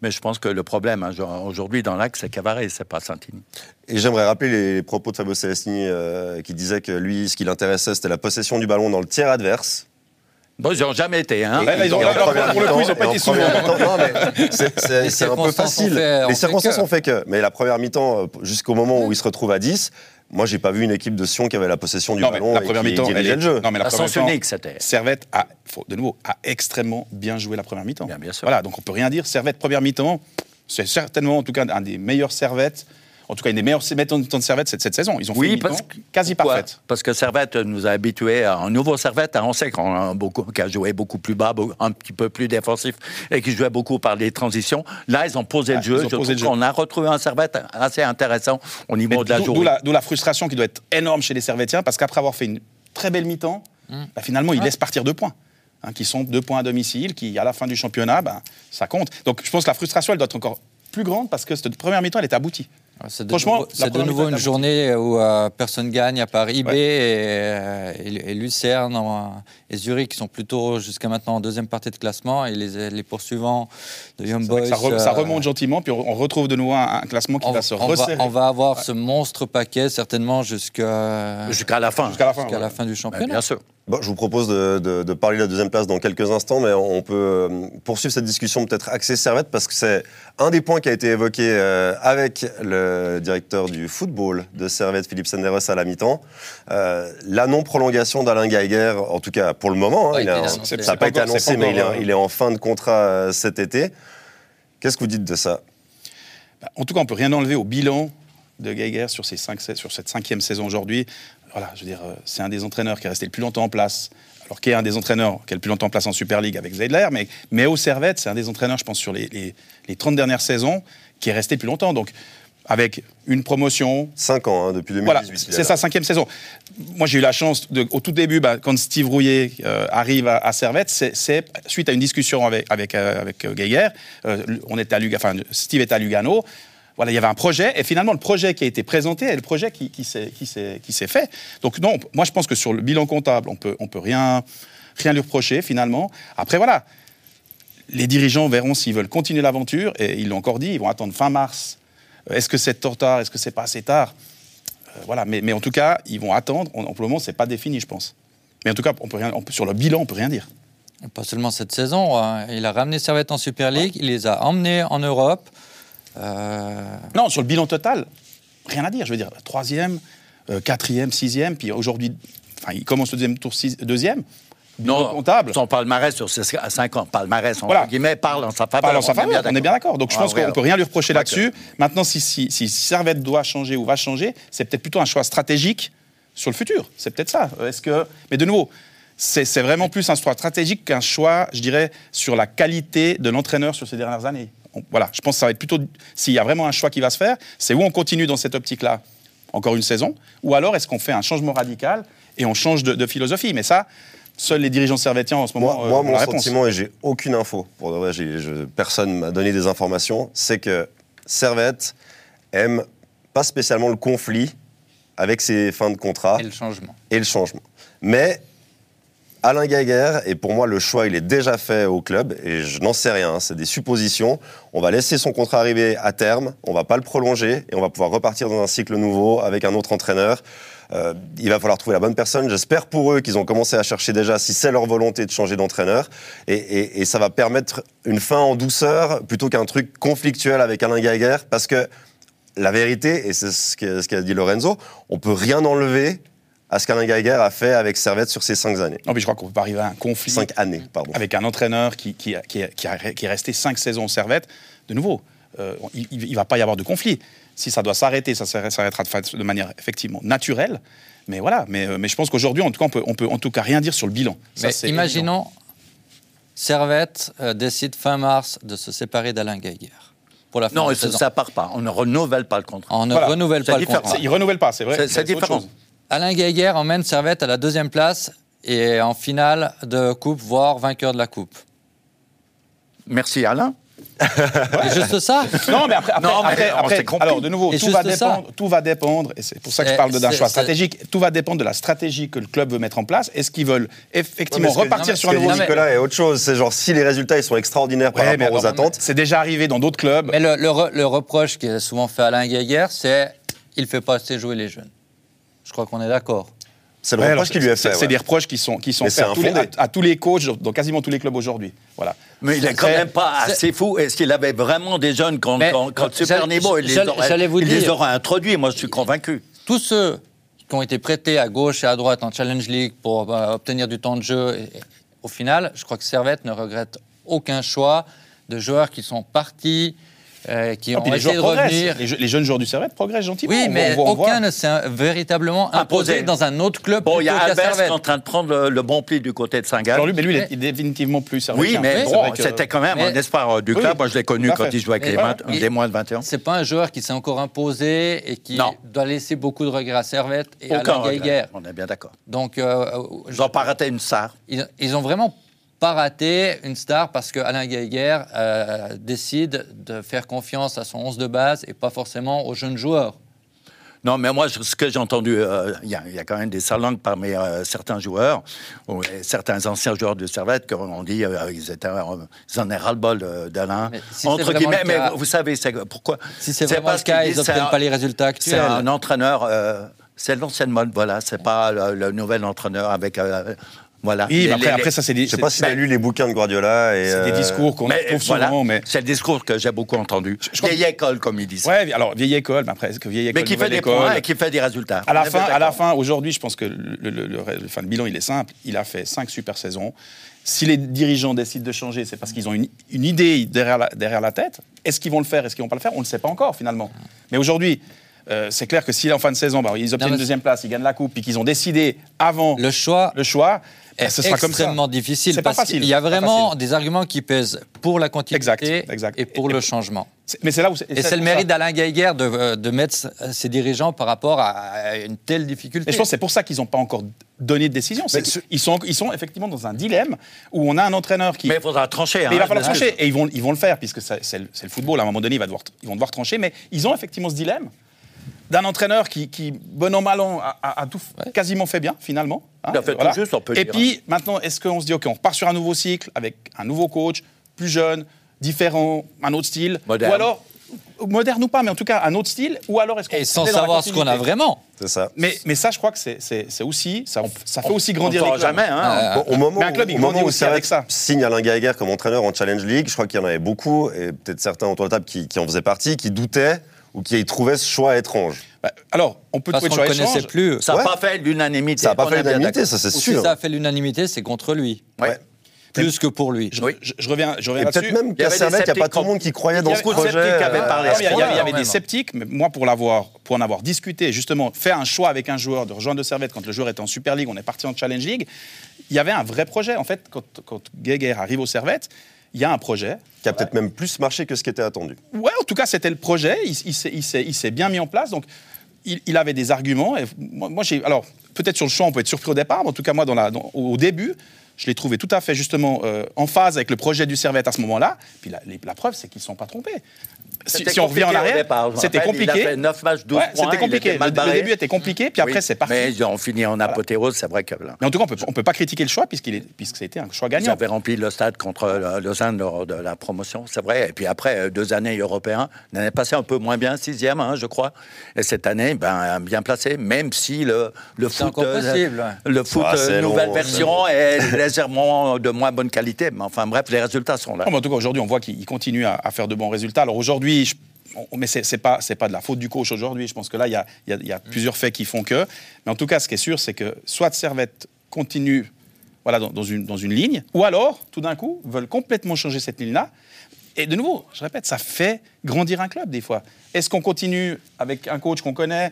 Mais je pense que le problème hein, genre, aujourd'hui dans l'axe, c'est Cavaret, c'est pas Santini. Et j'aimerais rappeler les propos de Fabio Celestini euh, qui disait que lui, ce qui l'intéressait, c'était la possession du ballon dans le tiers adverse. Bon, ils n'y ont jamais été. Hein. Et- Ah, là, ils ont- et là, en là, pour première le coup, mi-temps, ils ont pas et en été souvent. première mi-temps, non, mais c'est- C'est Les c'est un peu circonstances facile. ont fait- ont les fait circonstances que. ont fait que. Mais la première mi-temps, euh, jusqu'au moment où ils se retrouvent à 10, moi, j'ai pas vu une équipe de Sion qui avait la possession du Non, mais ballon la et première qui mi-temps, elle dirigeait est- le jeu. non, mais la À première sens mi-temps, unique, c'était. Servette a, faut- de nouveau, a extrêmement bien joué la première mi-temps. Bien, bien sûr. Voilà, donc on peut rien dire. Servette première mi-temps, c'est certainement en tout cas un des meilleurs Servettes, en tout cas une des meilleures mettons de temps de Servette cette, cette saison. Ils ont fait une mi-temps quasi pourquoi parfaite. Parce que Servette nous a habitués à un nouveau Servette. hein, on sait qu'on a beaucoup, qui a joué beaucoup plus bas, beau- un petit peu plus défensif et qui jouait beaucoup par des transitions. Là, ils ont posé Ah, le jeu. ils ont Je posé trouve le jeu. qu'on a retrouvé un Servette assez intéressant au Mais niveau de la D'où d'où journée. la, d'où la frustration qui doit être énorme chez les Servettiens, parce qu'après avoir fait une très belle mi-temps, Hum. bah, finalement, Ah. ils laissent partir deux points. hein, qui sont deux points à domicile, qui, à la fin du championnat, bah, ça compte. Donc, je pense que la frustration, elle doit être encore plus grande parce que cette première mi-temps, elle est aboutie. Ah, C'est de Franchement, nouveau, la c'est de première nouveau mi-temps une est journée où euh, personne gagne à part IB Ouais. et, euh, et- et Lucerne en- et Zurich qui sont plutôt jusqu'à maintenant en deuxième partie de classement et les, les poursuivants de Young C'est vrai Boys. que ça, re- ça euh, remonte gentiment, puis on on retrouve de nouveau un, un classement qui on, va se on resserrer. on va avoir ce monstre paquet certainement jusqu'à Jusqu'à la fin. Jusqu'à la fin. jusqu'à la ouais. Bah, fin du Ben, championnat. bien sûr. Bon, je vous propose de, de- de parler de la deuxième place dans quelques instants, mais on peut euh, poursuivre cette discussion peut-être axée servette parce que c'est un des points qui a été évoqué euh, avec le directeur du football de servette, Philippe Senderos, à la mi-temps. Euh, la non-prolongation d'Alain Geiger, en tout cas pour le moment, hein, Pas il été a un- ça annoncé. n'a pas C'est été pas encore- annoncé, c'est pas mais il est, encore, euh, il est en fin de contrat euh, cet été. Qu'est-ce que vous dites de ça Bah, En tout cas, on peut rien enlever au bilan de Geiger sur, ses cinq, sa- sur cette cinquième saison aujourd'hui. Voilà, je veux dire, euh, c'est un des entraîneurs qui est resté le plus longtemps en place. Alors, qui est un des entraîneurs qui est le plus longtemps en place en Super League avec Zeidler, mais, mais au Servette, c'est un des entraîneurs, je pense, sur les, les, les 30 dernières saisons, qui est resté le plus longtemps. Donc, avec une promotion, Cinq ans, hein, depuis 2018. Voilà, il est c'est là. sa cinquième saison. Moi, j'ai eu la chance, de, au tout début, bah, quand Steve Rouillet euh, arrive à, à Servette, c'est- c'est suite à une discussion avec, avec, euh, avec euh, Geiger. euh, on était à Lugano, enfin, Steve était à Lugano. Voilà, il y avait un projet, et finalement, le projet qui a été présenté est le projet qui, qui s'est- qui s'est qui s'est fait. Donc, non, moi, je pense que sur le bilan comptable, on peut, on peut rien, rien lui reprocher, finalement. Après, voilà, les dirigeants verront s'ils veulent continuer l'aventure, et ils l'ont encore dit, ils vont attendre fin mars. Euh, Est-ce que c'est trop tard Est-ce que c'est pas assez tard euh, Voilà, mais, mais en tout cas, ils vont attendre. On- pour le moment, c'est pas défini, je pense. Mais en tout cas, on peut rien, on peut- sur le bilan, on peut rien dire. Pas seulement cette saison, hein. il a ramené Servette en Super League, il les a emmenés en Europe. Euh, Non, sur le bilan total, rien à dire. Je veux dire, troisième, euh, quatrième, sixième, puis aujourd'hui, enfin, ils commencent le deuxième tour, six- deuxième. bureau comptable. Son palmarès sur ses 5 ans, palmarès entre Voilà. guillemets, parle en sa faveur. Parle en Ah, sa on est faveur, on est bien d'accord. Donc je Ah pense oui, qu'on alors. peut rien lui reprocher D'accord. là-dessus. Maintenant, si, si, si Servette doit changer ou va changer, c'est peut-être plutôt un choix stratégique sur le futur. C'est peut-être ça. Euh, Est-ce que... Mais de nouveau, c'est c'est vraiment plus un choix stratégique qu'un choix, je dirais, sur la qualité de l'entraîneur sur ces dernières années. On- voilà, je pense que ça va être plutôt... S'il y a vraiment un choix qui va se faire, c'est où on continue dans cette optique-là encore une saison, ou alors est-ce qu'on fait un changement radical et on change de, de philosophie Mais ça, seuls les dirigeants servétiens en ce Moi, moment euh, moi, ont mon la réponse. sentiment, et j'ai aucune info, pour de vrai, j'ai- je- personne m'a donné des informations, c'est que Servette aime pas spécialement le conflit avec ses fins de contrat Et le changement. et le changement. Mais Alain Gaguerre, et pour moi le choix il est déjà fait au club, et je n'en sais rien, hein, c'est des suppositions, on va laisser son contrat arriver à terme, on va pas le prolonger, et on va pouvoir repartir dans un cycle nouveau avec un autre entraîneur. Euh, il va falloir trouver la bonne personne, j'espère pour eux qu'ils ont commencé à chercher déjà si c'est leur volonté de changer d'entraîneur, et, et- et ça va permettre une fin en douceur plutôt qu'un truc conflictuel avec Alain Gaguerre, parce que la vérité, et c'est ce que- ce qu'a dit Lorenzo, on peut rien enlever à ce qu'Alain Geiger a fait avec Servette sur ces cinq années. Non, mais je crois qu'on peut pas arriver à un conflit Cinq années, pardon. avec un entraîneur qui, qui, qui, qui a- qui est resté cinq saisons au Servette. De nouveau, euh, il ne va pas y avoir de conflit. Si ça doit s'arrêter, ça s'arrê- s'arrêtera de, fa- de manière effectivement naturelle. Mais voilà, mais, euh, mais je pense qu'aujourd'hui, en tout cas, on peut, on peut en tout cas rien dire sur le bilan. Ça, Mais c'est évident. imaginons, Servette euh, décide fin mars de se séparer d'Alain Geiger pour la fin Non, de et ça saison. ça part pas. On ne renouvelle pas le contrat. On ne Voilà. renouvelle C'est pas le différent. contrat. C'est- Il renouvelle pas, c'est vrai. C'est- mais c'est autre différent. chose. Alain Geiger emmène Servette à la deuxième place et en finale de coupe, voire vainqueur de la coupe. Merci Alain. C'est Juste ça Non, mais après, après, Non, mais après- on après- s'est compris. alors de nouveau, Et tout va, juste ça. dépendre, tout va dépendre, et c'est pour ça que je parle de- d'un C'est- choix c'est- stratégique, tout va dépendre de la stratégie que le club veut mettre en place. Est-ce qu'ils veulent effectivement Non, mais ce que- repartir non, mais sur un Ce que dit nouveau mais- Nicolas est autre chose, c'est genre si les résultats ils sont extraordinaires par Ouais, mais rapport aux alors, attentes, C'est déjà arrivé dans d'autres clubs. Mais le, le re- le reproche qui est souvent fait à Alain Geiger, c'est il fait pas assez jouer les jeunes. Je crois qu'on est d'accord. c'est le Ouais, reproche alors, qui lui est fait. C'est c'est ouais. des reproches qui sont, qui sont Mais faits c'est à tous, les, infondé. à- à tous les coachs, dans quasiment tous les clubs aujourd'hui. Voilà. Mais il est quand C'est- même pas c'est- assez fou. Est-ce qu'il avait vraiment des jeunes quand, Mais- quand, quand Super j'allais- Nemo, il les j'allais- aurait- j'allais vous il les dire. aurait introduits Moi, je suis convaincu. tous ceux qui ont été prêtés à gauche et à droite en Challenge League pour euh, obtenir du temps de jeu, et- et au final, je crois que Servette ne regrette aucun choix de joueurs qui sont partis, euh, qui Ah, ont puis les, essayé joueurs de progressent. revenir. Les, je- les jeunes joueurs du Servette progressent gentiment. Oui, On mais voit- on voit- aucun ne s'est euh, véritablement imposé, Imposé. dans un autre club Bon, il y a plutôt qu'à Albert qui est Servette. en train de prendre le, le bon pli du côté de Saint-Gall. Alors lui, mais lui, il est, Mais- il est définitivement plus servette. Oui, mais c'est bon, vrai c'était quand même un mais- espoir euh, du Oui, club. Moi, je l'ai connu tout à quand fait. il jouait avec Mais les, voilà. 20 Mais- les moins de 21. C'est pas un joueur qui s'est encore imposé et qui Non. doit laisser beaucoup de regrets à Servette et à Aucun la regret. Geiger. On est bien d'accord. Donc, euh, Ils ont pas raté une sarre. ils, ils ont vraiment pas raté une star parce que Alain Geiger euh, décide de faire confiance à son 11 de base et pas forcément aux jeunes joueurs. Non, mais moi, je- ce que j'ai entendu, euh, il y, a- il y a quand même des salangues parmi euh, certains joueurs, ou, euh, certains anciens joueurs de Servette, qui ont dit euh, ils, étaient, euh, ils en étaient ras-le-bol euh, d'Alain. Mais si c'est Entre vraiment guillemets, le mais cas- vous savez c'est que- pourquoi Si c'est vraiment le parce cas, qu'ils ils disent, c'est n'obtiennent un- pas les résultats C'est actuels. un entraîneur, euh, c'est l'ancienne mode, voilà, c'est pas le, le nouvel entraîneur avec. euh, voilà. Oui, mais Les- après, les- après, ça, c'est des, Je sais pas c'est- si t'as lu les bouquins de Guardiola et. c'est des euh, discours qu'on mais, trouve voilà, souvent, mais... C'est le discours que j'ai beaucoup entendu. crois- Vieille école, comme ils disent. Ouais, alors vieille école, mais après, est-ce que vieille école, mais qui fait nouvelle des école, points et qui fait des résultats. À On la est fin, bien à la d'accord. fin, aujourd'hui, je pense que le, le- le- le- enfin, le bilan, il est simple. Il a fait cinq super saisons. Si les dirigeants décident de changer, c'est parce qu'ils ont une, une idée derrière la, derrière la tête. Est-ce qu'ils vont le faire Est-ce qu'ils vont pas le faire On ne le sait pas encore, finalement. Mais aujourd'hui, euh, c'est clair que si en fin de saison, bah, ils obtiennent mais- une deuxième place, ils gagnent la coupe, puis qu'ils ont décidé avant le, Le choix choix, bah, est ce sera comme ça. extrêmement difficile C'est pas parce facile, qu'il y a c'est pas vraiment facile. des arguments qui pèsent pour la continuité Exact, exact. et pour Et- le changement. C'est- Mais c'est là où Et c'est le pour ça. mérite d'Alain Geiger de, euh, de mettre s- ses dirigeants par rapport à- à une telle difficulté. Mais je pense que c'est pour ça qu'ils n'ont pas encore donné de décision. C'est Mais ce- qu'ils sont, ils sont effectivement dans un dilemme où on a un entraîneur qui Mais il faudra trancher. Mais il hein, va falloir je me trancher. Et ils vont, ils vont le faire, puisque ça- c'est le, c'est le football. À un moment donné, ils, va devoir- ils vont devoir trancher. Mais ils ont effectivement ce dilemme d'un entraîneur qui, qui, bon an, mal an, a, a- a tout f- quasiment fait bien, finalement. hein, Il a fait tout juste, on peut Et dire. puis, maintenant, est-ce qu'on se dit, OK, on repart sur un nouveau cycle avec un nouveau coach, plus jeune, différent, un autre style Moderne. Ou alors, moderne ou pas, mais en tout cas, un autre style. Ou alors, est-ce qu'on et sans est dans la savoir ce qu'on a continuité vraiment. C'est ça. mais, mais ça, je crois que c'est- c'est c'est aussi, ça, ça fait aussi On ne grandir les saura clubs. jamais. Hein, Ah, Bon, au moment, mais un club, où- il au moment grandit où aussi avec Servette ça. signe Alain Geiger comme entraîneur en Challenge League, je crois qu'il y en avait beaucoup, et peut-être certains autour de la table qui, qui en faisaient partie, qui doutaient ou qui trouvaient ce choix étrange. Bah, Bah, alors, on peut Parce trouver qu'on sur ne échange. connaissait plus. Ça n'a Euh, Ouais. pas fait l'unanimité. Ça n'a pas on fait est bien l'unanimité, d'accord. ça c'est Ou sûr. si ça a fait l'unanimité, c'est contre lui. Ouais. Ouais. Plus que pour lui. Je, Oui. je- je reviens, je Et reviens là-dessus. peut-être même Il y qu'à avait des Servette, il n'y a pas sceptiques trop de monde qui croyait dans Il y ce avait beaucoup de projet. sceptiques qui avaient euh, parlé. Ah, mais Il y, avait- il y Quand avait même. des sceptiques, mais moi, pour, l'avoir, pour en avoir discuté, justement, faire un choix avec un joueur, de rejoindre de Servette quand le joueur était en Super League, on est parti en Challenge League, il y avait un vrai projet. En fait, quand, quand Geiger arrive au Servette, il y a un projet. Qui a peut-être même plus marché que ce qui était attendu. Ouais, en tout cas, c'était le projet. Il, il s'est- il s'est il s'est bien mis en place. Donc, il, il avait des arguments. Et moi, moi, j'ai. Alors, peut-être sur le champ, on peut être surpris au départ, mais en tout cas, moi, dans la, dans- au début, je l'ai trouvé tout à fait, justement, euh, en phase avec le projet du Servette à ce moment-là. Puis la, les- la preuve, c'est qu'ils ne sont pas trompés. Si, C'était si on revient en compliqué au arrière, départ, je me c'était rappelle, il a compliqué. fait 9 matchs, 12 Ouais, points, C'était il compliqué. était mal Le- le, barré. début était compliqué, puis après, Oui, c'est parti. Mais ils ont fini en apothéose, c'est vrai que là, Mais en tout cas, on peut, ne peut pas critiquer le choix, puisqu'il est- puisque c'était un choix ils gagnant. avaient rempli le stade contre euh, Lausanne lors de la promotion, c'est vrai. Et puis après, euh, deux années européens, l'année passée un peu moins bien, sixième, hein, je crois. Et cette année, ben, bien placé, même si le, le C'est foot, encore euh, possible, ouais. le foot Ah, euh, c'est nouvelle long, version est légèrement de moins bonne qualité. Mais enfin bref, les résultats sont là. Non, mais en tout cas, aujourd'hui, on voit qu'il il continue à, à faire de bons résultats. Alors aujourd'hui, je- on- mais c'est c'est pas c'est pas de la faute du coach aujourd'hui. Je pense que là, il y a, il y a- il y a plusieurs faits qui font que. Mais en tout cas, ce qui est sûr, c'est que soit Servette continue, voilà, dans, dans une dans une ligne, ou alors, tout d'un coup, veulent complètement changer cette ligne-là. Et de nouveau, je répète, ça fait grandir un club des fois. Est-ce qu'on continue avec un coach qu'on connaît,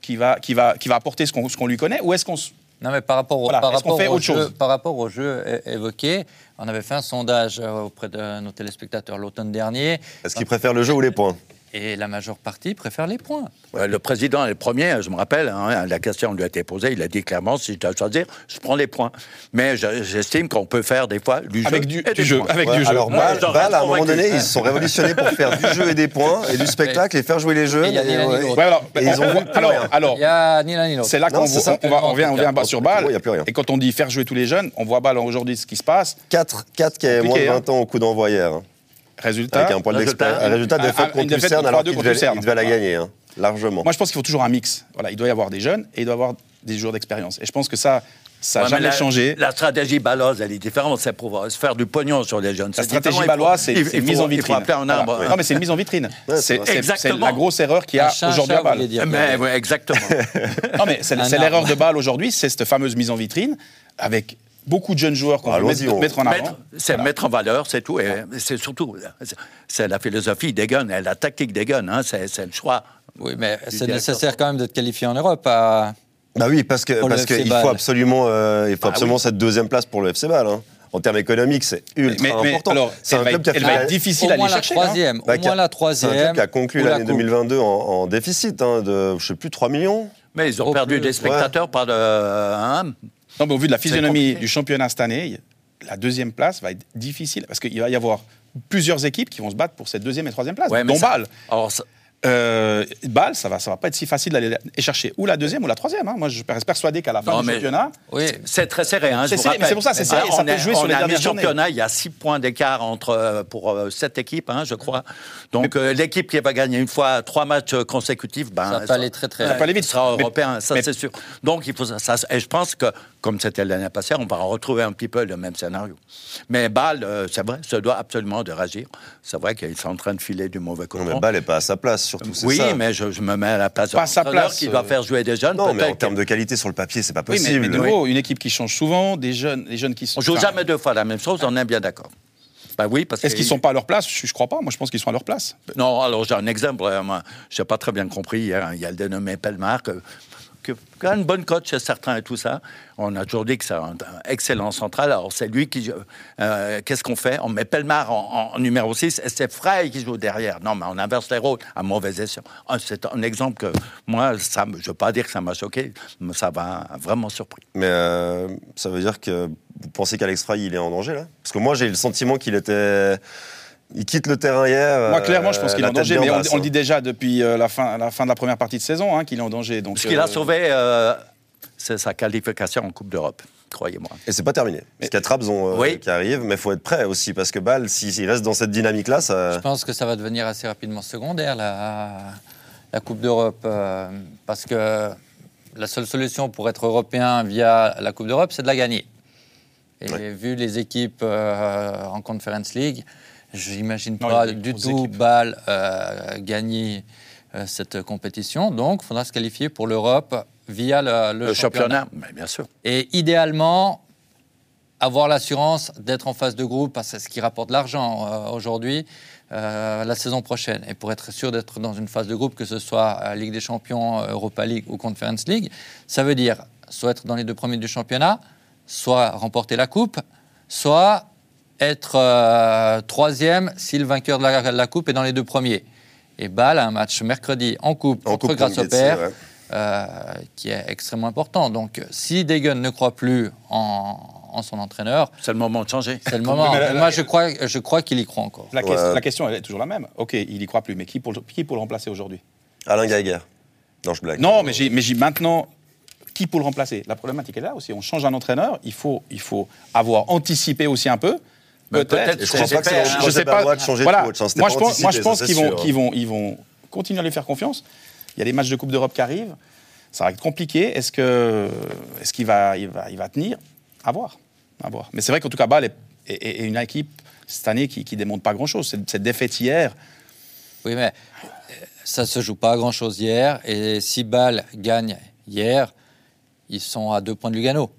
qui va qui va qui va apporter ce qu'on ce qu'on lui connaît, ou est-ce qu'on se- Non, mais par rapport, au- Voilà, par, est-ce qu'on rapport fait au autre jeu, chose par rapport au jeu é- évoqué, on avait fait un sondage euh, auprès de nos téléspectateurs l'automne dernier, Est-ce qu'ils préfèrent le jeu ou les points et la majeure partie préfère les points. Ouais, Euh, Le président est le premier, je me rappelle, hein, la question lui a été posée, il a dit clairement, si je dois choisir, je prends les points. Mais je- j'estime qu'on peut faire des fois du jeu avec du, et des du jeu, points. avec Ouais, du jeu. Alors, Ouais, Bâle, j'en Bâle, reste à un moment convaincu. donné, ils se sont révolutionnés pour faire du jeu et des points, et du spectacle, et faire jouer les jeux. Et il y a mais, ni l'un ni ouais. l'autre. Ouais, alors, bah, Et ils ont on- voulu plus alors, rien. alors, Il y a ni l'un ni l'autre. C'est là Non, qu'on c'est voit- ça. on, va- on vient, on vient bas sur balle. Il y a plus rien. Et quand on dit faire jouer tous les jeunes, on voit balle aujourd'hui ce qui se passe. 4, 4 qui avaient moins de Compliqué, hein. 20 ans au coup d'envoi hier. hein. Résultat. Avec un point de Résultat. l'expert. Un résultat de Ah, défaite ah, une contre défaite Lucerne, contre alors deux qu'il contre devait, Lucerne. Ah. il devait la gagner, hein, largement. Moi, je pense qu'il faut toujours un mix. Voilà, il doit y avoir des jeunes et il doit y avoir des joueurs d'expérience. Et je pense que ça, ça n'a Ouais, mais jamais la, changé. La stratégie balloise, elle est différente. C'est pour euh, se faire du pognon sur les jeunes. La C'est stratégie différent, il faut- baloise, c'est il- c'est il une mise faut- en vitrine. Il faut frapper un Voilà. arbre. Non, mais c'est une mise en vitrine. Ouais, c'est c'est vrai. c'est- c'est Exactement. la grosse erreur qu'il y Un a chat, un aujourd'hui chat, à balle. vous voulez dire. Mais ouais, exactement. Non, mais c'est Un c'est arbre. l'erreur de balle aujourd'hui, c'est cette fameuse mise en vitrine avec beaucoup de jeunes joueurs qu'on veut Bah, Allons-y, mettre, on- mettre en avant. Mettre- C'est mettre en valeur, c'est tout. Et c'est surtout, c'est- c'est la philosophie d'Egon, et la tactique d'Egon. hein, c'est c'est le choix. Oui, mais c'est directeur. nécessaire quand même d'être qualifié en Europe. à- Bah oui, parce que Pour le parce que FC il Bâle. faut absolument, euh, il faut Ah Bah absolument oui. cette deuxième place pour le FC Bâle. hein. En termes économiques, c'est ultra Mais- mais important. alors, c'est un elle va club qui a être- elle fait va la- être Bah, difficile au à moins aller la chercher, hein. troisième. bah, au qui a- moins la c'est un club troisième. qui a conclu ou la l'année coupe. 2022 en, en déficit hein, de, je sais plus, 3 millions. Mais ils ont Au perdu plus- des spectateurs par le. Ah, hein, Non, mais au vu de la physionomie compliqué. du championnat cette année, y- la deuxième place va être difficile parce qu'il va y avoir plusieurs équipes qui vont se battre pour cette deuxième et troisième place, ouais, mais dont ça- Bâle. alors, ça- Euh, Bâle, ça va, ça va pas être si facile d'aller la- chercher ou la deuxième ou la troisième. hein. Moi, je reste persuadé qu'à la fin Non, du mais- championnat, Oui, C'est très serré, hein, je C'est vous serré, mais rappelle. c'est pour ça, c'est serré, Ah, et ça on peut est- jouer sur on les est à dernières mi-championnat, Il y a 6 points d'écart entre euh, pour euh, cette équipe, hein, je crois. Donc euh, l'équipe qui va gagner une fois trois matchs euh, consécutifs, ben, Ça peut aller très, très ça vite. peut aller vite. sera Mais- européen, ça mais- c'est sûr. Donc il faut ça, ça- et je pense que comme c'était l'année passée, on va retrouver un petit peu le même scénario. Mais Bâle, euh, c'est vrai, se doit absolument de réagir. C'est vrai qu'ils sont en train de filer du mauvais Non, coton. Oh. mais Bâle n'est pas à sa place, surtout. c'est oui, ça. mais je, je me mets à la place de Pas sa l'entraîneur place, qui euh, doit faire jouer des jeunes. Non, mais en peut-être termes de qualité sur le papier, c'est pas oui, mais, possible. mais de nouveau, une équipe qui change souvent, des jeunes, les jeunes qui sont. On joue enfin, jamais deux fois la même chose, on est bien d'accord. Ben oui, parce Est-ce qu'ils que- sont pas à leur place je, je crois pas. Moi, je pense qu'ils sont à leur place. Non, alors j'ai un exemple. euh, moi, Je n'ai pas très bien compris hier. hein, Il y a le dénommé Pelmar, que, que, qui a une bonne cote chez certains et tout ça. On a toujours dit que c'est un, un excellent central. Alors c'est lui qui. euh, Qu'est-ce qu'on fait On met Pelmar en, en numéro 6 et c'est Frey qui joue derrière. Non, mais on inverse les rôles à mauvais escient. Ah, C'est un exemple que moi, ça, me- je ne veux pas dire que ça m'a choqué, mais ça m'a vraiment surpris. Mais euh, ça veut dire que vous pensez qu'Alex Fry, il est en danger là Parce que moi, j'ai eu le sentiment qu'il était. Il quitte le terrain hier. Moi, euh, clairement, je pense qu'il est la en tête danger, bien mais on, basse, on hein. le dit déjà depuis euh, la, fin, la fin de la première partie de saison hein, qu'il est en danger. Donc, Ce qu'il a euh, sauvé, euh, c'est sa qualification en Coupe d'Europe, croyez-moi. Et c'est pas terminé. Parce qu'il y a Trabzon euh, Oui. qui arrive, mais il faut être prêt aussi. Parce que Bâle, s'il s'il reste dans cette dynamique-là, Je ça. pense que ça va devenir assez rapidement secondaire, la, la Coupe d'Europe. euh, parce que la seule solution pour être européen via la Coupe d'Europe, c'est de la gagner. Et vu les équipes euh, en Conference League, je n'imagine Non, il y a pas des du grosses tout équipes. Bâle euh, gagner euh, cette compétition. Donc, il faudra se qualifier pour l'Europe via le, le Le Euh, championnat. championnat, mais bien sûr. Et idéalement, avoir l'assurance d'être en phase de groupe, parce que c'est ce qui rapporte l'argent euh, aujourd'hui, euh, la saison prochaine. Et pour être sûr d'être dans une phase de groupe, que ce soit euh, Ligue des Champions, Europa League ou Conference League, ça veut dire soit être dans les deux premiers du championnat, soit remporter la Coupe, soit être euh, troisième si le vainqueur de la, la Coupe est dans les deux premiers. Et Bâle a un match mercredi en Coupe En contre Coupe Grâce au Kongetse, Père ouais. euh, qui est extrêmement important. Donc, euh, si Degen ne croit plus en, en son entraîneur, C'est le moment de changer. c'est le moment. Mais la- la- Moi, je crois, je crois qu'il y croit encore. La, Ouais. question- la question, elle est toujours la même. Ok, il y croit plus, mais qui pour, le- qui pour le remplacer aujourd'hui Alain Geiger. Non, je blague. Non, mais j'ai, mais j'ai maintenant. Qui pour le remplacer La problématique est là aussi. On change un entraîneur, il faut, il faut avoir anticipé aussi un peu. Mais Peut-être. Bah, peut-être, Et je pense pas que c'est J'espère, leur- hein. je sais pas le droit de changer voilà. de coach. hein, c'était moi, pas je pense, moi, je anticipé, pense ça, qu'ils c'est vont, sûr. qu'ils vont, ils vont continuer à lui faire confiance. Il y a les matchs de Coupe d'Europe qui arrivent. Ça va être compliqué. Est-ce, que, est-ce qu'il va, il va, il va tenir À voir. À voir. Mais c'est vrai qu'en tout cas, Bâle est, est- est- est une équipe cette année qui ne démontre pas grand-chose. Cette, cette défaite hier, Ah. Oui, mais euh, ça se joue pas à grand-chose hier. Et si Bâle gagne hier, ils sont à deux points de Lugano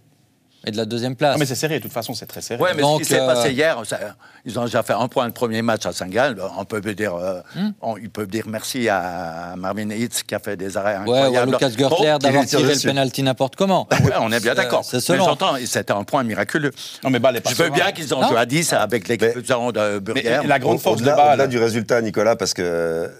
et de la deuxième place. Ah, non, mais c'est serré. De toute façon, c'est très serré. Ouais, mais Donc, ce qui s'est euh, passé hier, ça- ils ont déjà fait un point le premier match à Saint-Gall. On peut dire, euh, on- ils peuvent dire merci à Marvin Hitz qui a fait des arrêts Ouais, incroyables. ou à Lucas Görtler Oh, qui d'avoir lui tire tiré le dessus. penalty n'importe comment. Ouais, on est bien C'est- d'accord. C'est Mais selon. j'entends, c'était un point miraculeux. Non, mais Bâle est pas Je veux serein. bien qu'ils en Non. jouent à 10 avec l'équipe de Burger. Mais la grande Au- force de au-delà- Bâle. Au-delà du résultat, Nicolas, parce que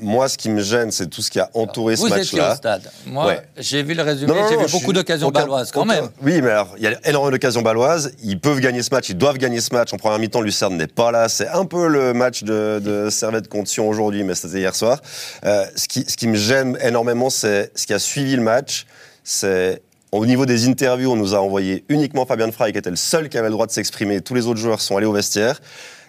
moi, ce qui me gêne, c'est tout ce qui a entouré ce Vous étiez au match-là. stade. Moi, Ouais. j'ai vu le résumé. J'ai vu je beaucoup suis- d'occasions aucun- baloises quand aucun- même. Oui, mais alors, il y a énormément d'occasions baloises. Ils peuvent gagner ce match, ils doivent gagner ce match. En première mi-temps, Lucerne n'est pas là. C'est un peu le match de, de Servette contre Sion aujourd'hui, mais c'était hier soir. Euh, ce, qui, ce qui me gêne énormément, c'est ce qui a suivi le match. C'est. Au niveau des interviews, on nous a envoyé uniquement Fabien de Frey, qui était le seul qui avait le droit de s'exprimer. Tous les autres joueurs sont allés au vestiaire.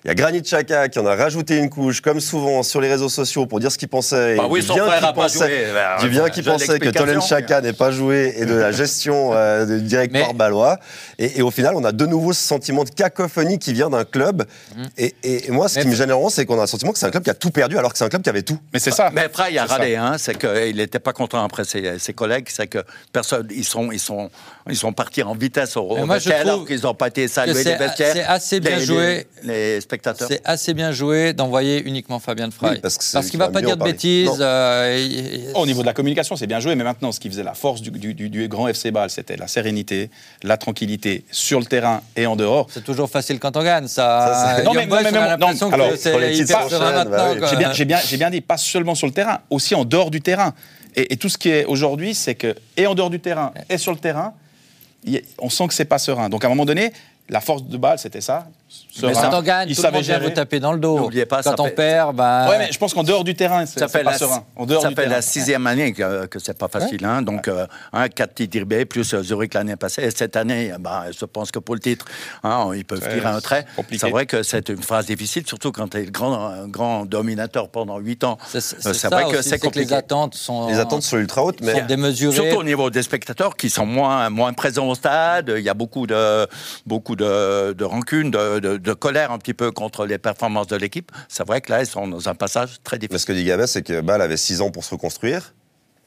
Il y a Granit Xhaka qui en a rajouté une couche, comme souvent, sur les réseaux sociaux pour dire ce qu'il pensait. et Bah oui, du son bien frère qu'il a pas pensait- joué. Bah, Ah, du bien qui j'ai pensait que l'explication. Tolen Chaka n'ait pas joué et de la gestion euh, de- direct Mais- par Ballois. Et, et au final, on a de nouveau ce sentiment de cacophonie qui vient d'un club. Mm. Et, et- et moi, ce Mais- qui me gêne vraiment, c'est qu'on a le sentiment que c'est un club qui a tout perdu alors que c'est un club qui avait tout. Mais c'est ça. Mais Fry a C'est ça. râlé, hein, c'est qu'il n'était pas content après ses, ses collègues, c'est que personne, ils sont, ils sont, ils sont partis en vitesse au Mais au moi, je vestiaire, trouve alors qu'ils n'ont pas été que salués c'est- les vestiaires. c'est assez bien les- joué. Les, les spectateurs. C'est assez bien joué d'envoyer uniquement Fabien de Frey. Oui, parce que c'est lui qu'il qui ne va va pas mieux dire en de parler. bêtises. Non. euh, il- il- Au niveau de la communication, c'est bien joué, mais maintenant, ce qui faisait la force du, du- du- du grand FC Bâle, c'était la sérénité, la tranquillité sur le terrain et en dehors. C'est toujours facile quand on gagne, ça. Ça, c'est- Young Non, mais- Boys, non, mais on a même- non, l'impression alors, que c'est quand les titres hyper serein s'enchaînent, bah maintenant. oui. quoi. J'ai bien, j'ai bien, j'ai bien dit, pas seulement sur le terrain, aussi en dehors du terrain. Et, et tout ce qui est aujourd'hui, c'est que, et en dehors du terrain, et sur le terrain, il y a- on sent que c'est pas serein. Donc à un moment donné, la force de Bâle, c'était ça. Mais serein. quand on gagne, Il tout le savait monde vient gérer. vous taper dans le dos. N'oubliez pas, quand ça on fait- perd, bah, Ouais, mais je pense qu'en dehors du terrain, c'est Ça c'est fait, pas la, serein. En dehors ça du fait terrain. la sixième année que, que c'est pas facile. hein. donc, euh, hein, quatre titres IRB, plus euh, Zurich l'année passée. Et cette année, euh, bah, je pense que pour le titre, hein, ils peuvent Ouais, tirer un trait. c'est compliqué. C'est vrai que c'est une phrase difficile, surtout quand tu es le grand, un grand dominateur pendant huit ans. c'est Euh, c'est ça aussi, c'est que les attentes Oh. sont, Les attentes sont ultra hautes, mais sont démesurées. Surtout au niveau des spectateurs qui sont moins, moins présents au stade. Il y a beaucoup de, beaucoup de, de rancune, de, de- de colère un petit peu contre les performances de l'équipe. C'est vrai que là, ils sont dans un passage très mais difficile. ce que dit Gabet, c'est que Bâle avait 6 ans pour se reconstruire.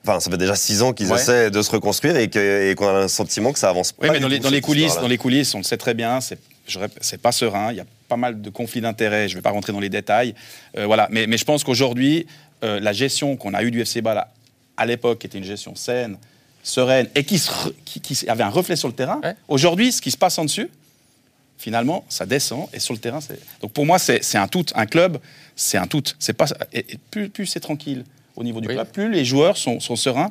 Enfin, ça fait déjà 6 ans qu'ils Ouais. essaient de se reconstruire et que- et qu'on a le sentiment que ça avance Oui, pas. mais du dans les, tout, dans les cette coulisses, histoire-là. dans les coulisses, on le sait très bien, c'est je rép- c'est pas serein, il y a pas mal de conflits d'intérêts, je ne vais pas rentrer dans les détails. Euh, voilà, mais, mais je pense qu'aujourd'hui, euh, la gestion qu'on a eue du FC Bâle à, à l'époque, qui était une gestion saine, sereine, et qui, se re- qui- qui se- avait un reflet sur le terrain, Ouais. aujourd'hui, ce qui se passe en dessus, finalement, ça descend, et sur le terrain, c'est... Donc pour moi, c'est c'est un tout, un club, c'est un tout. C'est pas, et, et plus plus c'est tranquille au niveau du Oui. club, plus les joueurs sont, sont sereins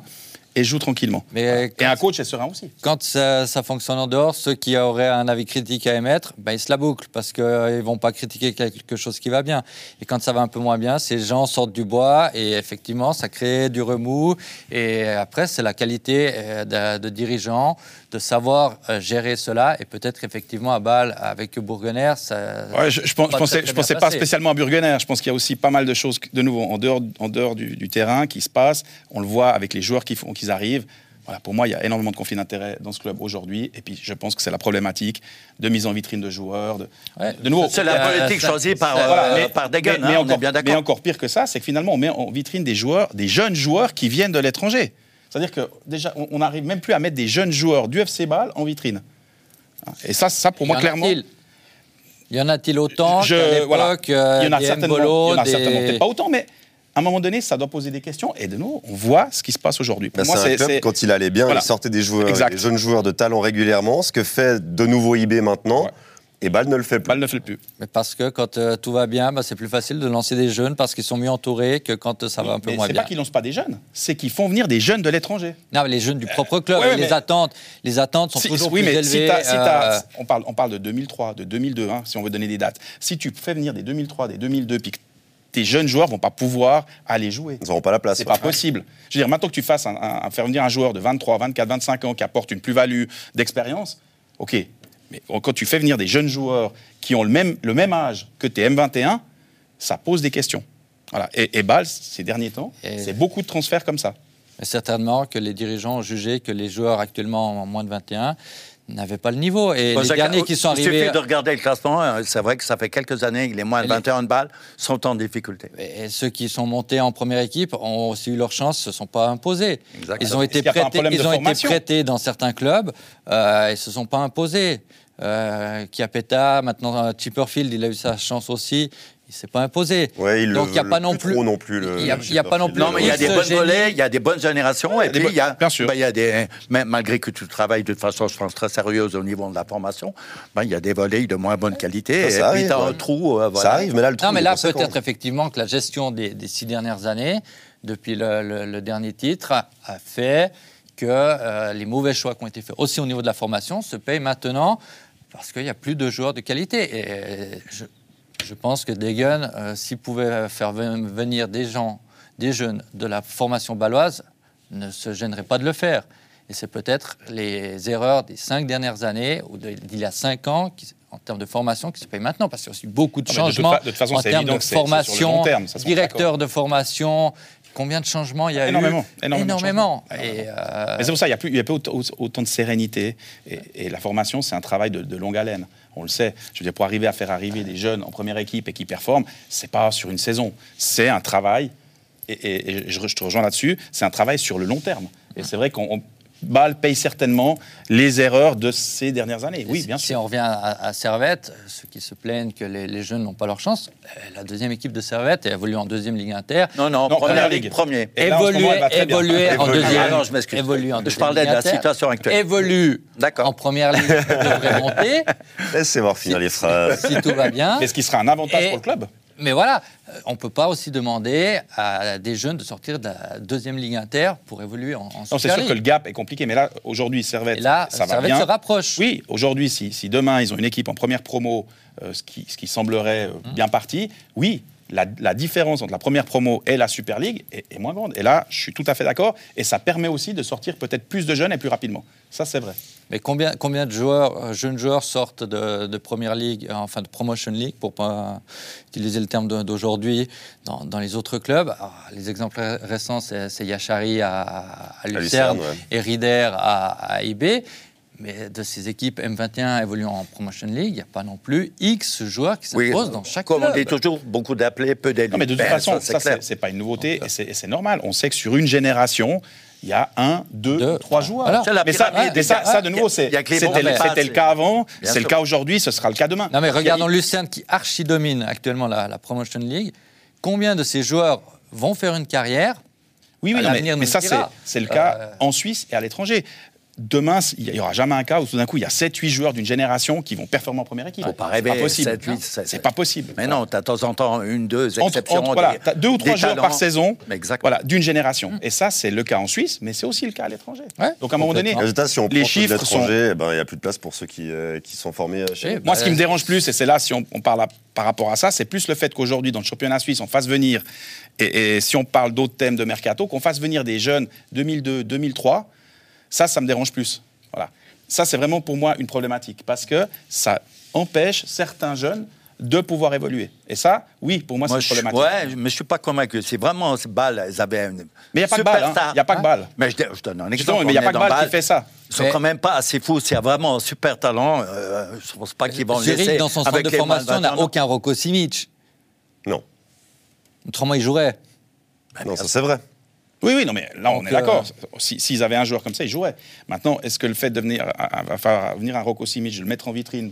et jouent tranquillement. Mais Et un coach est serein aussi. Quand ça, ça fonctionne en dehors, ceux qui auraient un avis critique à émettre, ben, ils se la bouclent parce qu'ils ne vont pas critiquer quelque chose qui va bien. Et quand ça va un peu moins bien, ces gens sortent du bois et effectivement, ça crée du remous. Et après, c'est la qualité euh, de, de dirigeant de savoir euh, gérer cela. Et peut-être effectivement, à Bâle, avec Bourguener, ça. Ouais, je, je pense- Pas je pensais, très, très je pensais bien pas placé. spécialement à Burgener. Je pense qu'il y a aussi pas mal de choses, de nouveau, en dehors, en dehors du, du terrain qui se passent. On le voit avec les joueurs qui, font, qui arrivent. Voilà, pour moi, il y a énormément de conflits d'intérêts dans ce club aujourd'hui. Et puis, je pense que c'est la problématique de mise en vitrine de joueurs. De, Ouais. de nouveau, C'est la Euh, politique ça- choisie par, ça- euh, voilà, mais- par Degen, mais- mais hein, on encore- est bien Mais d'accord. encore pire que ça, c'est que finalement, on met en vitrine des joueurs, des jeunes joueurs qui viennent de l'étranger. C'est-à-dire que déjà, on- on n'arrive même plus à mettre des jeunes joueurs du FC Bâle en vitrine. Et ça, ça pour Y moi, en clairement. a-t-il Y en a-t-il autant Je- Ah, qu'à voilà. l'époque euh, il y en a des certainement, Mbolo, il y en a des- certainement peut-être pas autant, mais à un moment donné, ça doit poser des questions. Et de nouveau, on voit ce qui se passe aujourd'hui. Pour Bah, moi, c'est un c'est- club, c'est- quand il allait bien, Voilà. il sortait des joueurs, Exact. des jeunes joueurs de talent régulièrement, ce que fait de nouveau IB maintenant, Ouais. et Bâle ne le fait plus. Bâle ne fait le plus. Mais parce que quand euh, tout va bien, bah, c'est plus facile de lancer des jeunes parce qu'ils sont mieux entourés que quand euh, ça va un peu Mais moins c'est bien. pas qu'ils lancent pas des jeunes, c'est qu'ils font venir des jeunes de l'étranger. Non, mais les jeunes du propre club, ouais, et les mais- attentes, les attentes sont Si- toujours oui, plus mais élevées. si t'as- si t'as- euh, on, parle, on parle de 2003, de 2002, hein, si on veut donner des dates. Si tu fais venir des 2003, des 2002, puis que tes jeunes joueurs vont pas pouvoir aller jouer. Ils n'auront pas la place. hein. C'est ouais. pas possible. Je veux dire, maintenant que tu fasses un, un- un- faire venir un joueur de 23, 24, 25 ans qui apporte une plus-value d'expérience, ok. Mais quand tu fais venir des jeunes joueurs qui ont le même, le même âge que tes M21, ça pose des questions. Voilà. Et, et Bâle, ces derniers temps, Et- c'est beaucoup de transferts comme ça. Mais certainement que les dirigeants ont jugé que les joueurs actuellement en moins de 21 n'avaient pas le niveau. Et Bon, oh, les ça- derniers qui sont Il arrivés. suffit de regarder le classement. euh, C'est vrai que ça fait quelques années que les moins de Les- 21 de balles sont en difficulté. Et ceux qui sont montés en première équipe ont aussi eu leur chance, se sont pas imposés. Exactement. Ils ont été qu'il y a pas un prêtés, problème ils de ont été formation prêtés dans certains clubs, euh, ils se sont pas imposés. Euh, Chiapetta, maintenant euh, Chipperfield, il a eu sa chance aussi, il s'est pas imposé. Ouais, ils Donc le il n'y a pas veulent non plus plus. trop non plus, le- Il y a- le il y a pas non Sheffield. plus. Non, mais il y a Oui, des ce bonnes génie- volets, il y a des bonnes générations, et des puis il y a, bonnes- bien sûr. bah, il y a des, mais malgré que tu travailles de façon, je pense, très sérieuse au niveau de la formation, bah, il y a des volets de moins bonne Ça, qualité, ça et puis arrive, t'as ouais. un trou. euh, voilà. Ça arrive, mais là, le trou, Non, mais il est là, conséquent. peut-être effectivement que la gestion des, des six dernières années, depuis le, le- le dernier titre, a, a fait que euh, les mauvais choix qui ont été faits aussi au niveau de la formation se payent maintenant parce qu'il n'y a plus de joueurs de qualité. Et je, je pense que Degen, euh, s'il pouvait faire ven- venir des gens, des jeunes de la formation baloise, ne se gênerait pas de le faire. Et c'est peut-être les erreurs des cinq dernières années ou de- d'il y a cinq ans qui- en termes de formation qui se payent maintenant parce qu'il y a aussi beaucoup de Non, mais de toute changements fa- de toute façon, en c'est termes évident de que c'est- c'est sur le long formation, terme, ça, c'est directeur de formation. Combien de changements il y a Énormément, eu énormément de Énormément. changements. Et, euh, Mais c'est pour ça, il n'y a plus, il y a plus autant, autant de sérénité. Et, et la formation, c'est un travail de, de longue haleine. On le sait. Je veux dire, pour arriver à faire arriver des jeunes en première équipe et qui performent, c'est pas sur une saison. C'est un travail. Et, et- et je, je te rejoins là-dessus. C'est un travail sur le long terme. Et c'est vrai qu'on on- Bâle paye certainement les erreurs de ces dernières années. Oui, si- bien Si sûr. on revient à, à Servette, ceux qui se plaignent que les, les jeunes n'ont pas leur chance, euh, la deuxième équipe de Servette elle évolue en deuxième Ligue Inter. Non, non, Non, première première ligue, ligue. premier. Et là, en ce moment, évoluer, elle va très bien. évoluer en Évolue. deuxième. Ah non, je m'excuse. Évolue en Je deuxième parlais de la Ligue Inter. situation actuelle. Évolue D'accord. en première ligne, devrait monter, Laissez-moi Eh, finir les phrases. si tout va bien. Mais ce qui sera un avantage Et- pour le club. Mais voilà, euh, on ne peut pas aussi demander à des jeunes de sortir de la deuxième ligue inter pour évoluer en, en Non, c'est Super sûr que le League. gap est compliqué, mais là, aujourd'hui, Servette, Et là, ça va Servette bien. se rapproche. Oui, aujourd'hui, si, si demain, ils ont une équipe en première promo, euh, ce, qui, ce qui semblerait euh, Mmh. bien parti, oui, la, la différence entre la première promo et la Super League est, est moins grande. Et là, je suis tout à fait d'accord. Et ça permet aussi de sortir peut-être plus de jeunes et plus rapidement. Ça, c'est vrai. Mais combien, combien de joueurs, euh, jeunes joueurs sortent de, de première ligue, euh, enfin de promotion league, pour pas utiliser le terme de- d'aujourd'hui, dans, dans les autres clubs Alors, Les exemples ré- récents, c'est c'est Yachari à, à Lucerne, Lucerne, ouais. et Rider à, à IB. Mais de ces équipes M21 évoluant en Promotion League, il n'y a pas non plus X joueurs qui se Oui, posent dans chaque Comme club. on dit toujours, beaucoup d'appelés, peu d'élus. Non, mais de toute Ben, façon, c'est ça, clair. c'est- c'est pas une nouveauté et c'est et c'est normal. On sait que sur une génération, il y a un, deux, Deux, trois voilà. joueurs. Voilà. C'est la Mais, ça, pyramide. mais ça, ça, de nouveau, Il y a c'est- que les c'était bons le- passes. c'était le cas avant, Bien c'est le sûr. cas aujourd'hui, ce sera le cas demain. Non, mais Il y a- regardons Lucerne qui archi-domine actuellement la, la Promotion League. Combien de ces joueurs vont faire une carrière Oui, oui, À non, mais, l'avenir, nous mais le ça, c'est dira. c'est le Euh, cas en Suisse et à l'étranger. Demain, il n'y aura jamais un cas où tout d'un coup, il y a 7-8 joueurs d'une génération qui vont performer en première équipe. Faut pas C'est rêver, pas possible. 7, 8, c'est- C'est pas possible. Mais non, tu as de temps en temps une, deux Entre- exceptions. entre- voilà, des- t'as deux ou des trois joueurs par talents. saison Exactement. Mm. voilà, d'une génération. Et ça, c'est le cas en Suisse, mais c'est aussi le cas à l'étranger. Ouais, Donc, à un moment donné, complètement. Résultat, si on prend Les ceux de chiffres l'étranger, eh ben, il n'y a plus de place pour ceux qui, euh, qui sont formés euh, chez Eh nous. ben, Moi, ce qui me Euh, dérange plus, et c'est là, si on, on parle à- par rapport à ça, c'est plus le fait qu'aujourd'hui, dans le championnat suisse, on fasse venir, et, et si on parle d'autres thèmes de mercato, qu'on fasse venir des jeunes 2002, 2003, ça, ça me dérange plus. Voilà. Ça, c'est vraiment pour moi une problématique, parce que ça empêche certains jeunes de pouvoir évoluer. Et ça, oui, pour moi, Moi, c'est je, problématique. ouais, mais je suis pas convaincu. C'est vraiment ce Bâle. Ils avaient une Mais il n'y a pas que balle. Il superstar. n'y a pas que balle. Mais je, je donne un exemple. Justement, mais il n'y a On pas est que dans balle Bâle. qui fait ça. Ils sont Mais- quand même pas assez fous. S'il y a vraiment un super talent, euh, je pense pas qu'ils vont le laisser. Zurich, dans son centre avec de les moins de formation, 20 n'a ans. aucun Rocco Simic. Non, Autrement, il jouerait. Bah, non ça c'est vrai. Oui, oui, non, mais là, on Donc, est d'accord. euh, Si- S'ils avaient un joueur comme ça, ils joueraient. Maintenant, est-ce que le fait de venir, à- à- va falloir venir un Rocco Simic, le mettre en vitrine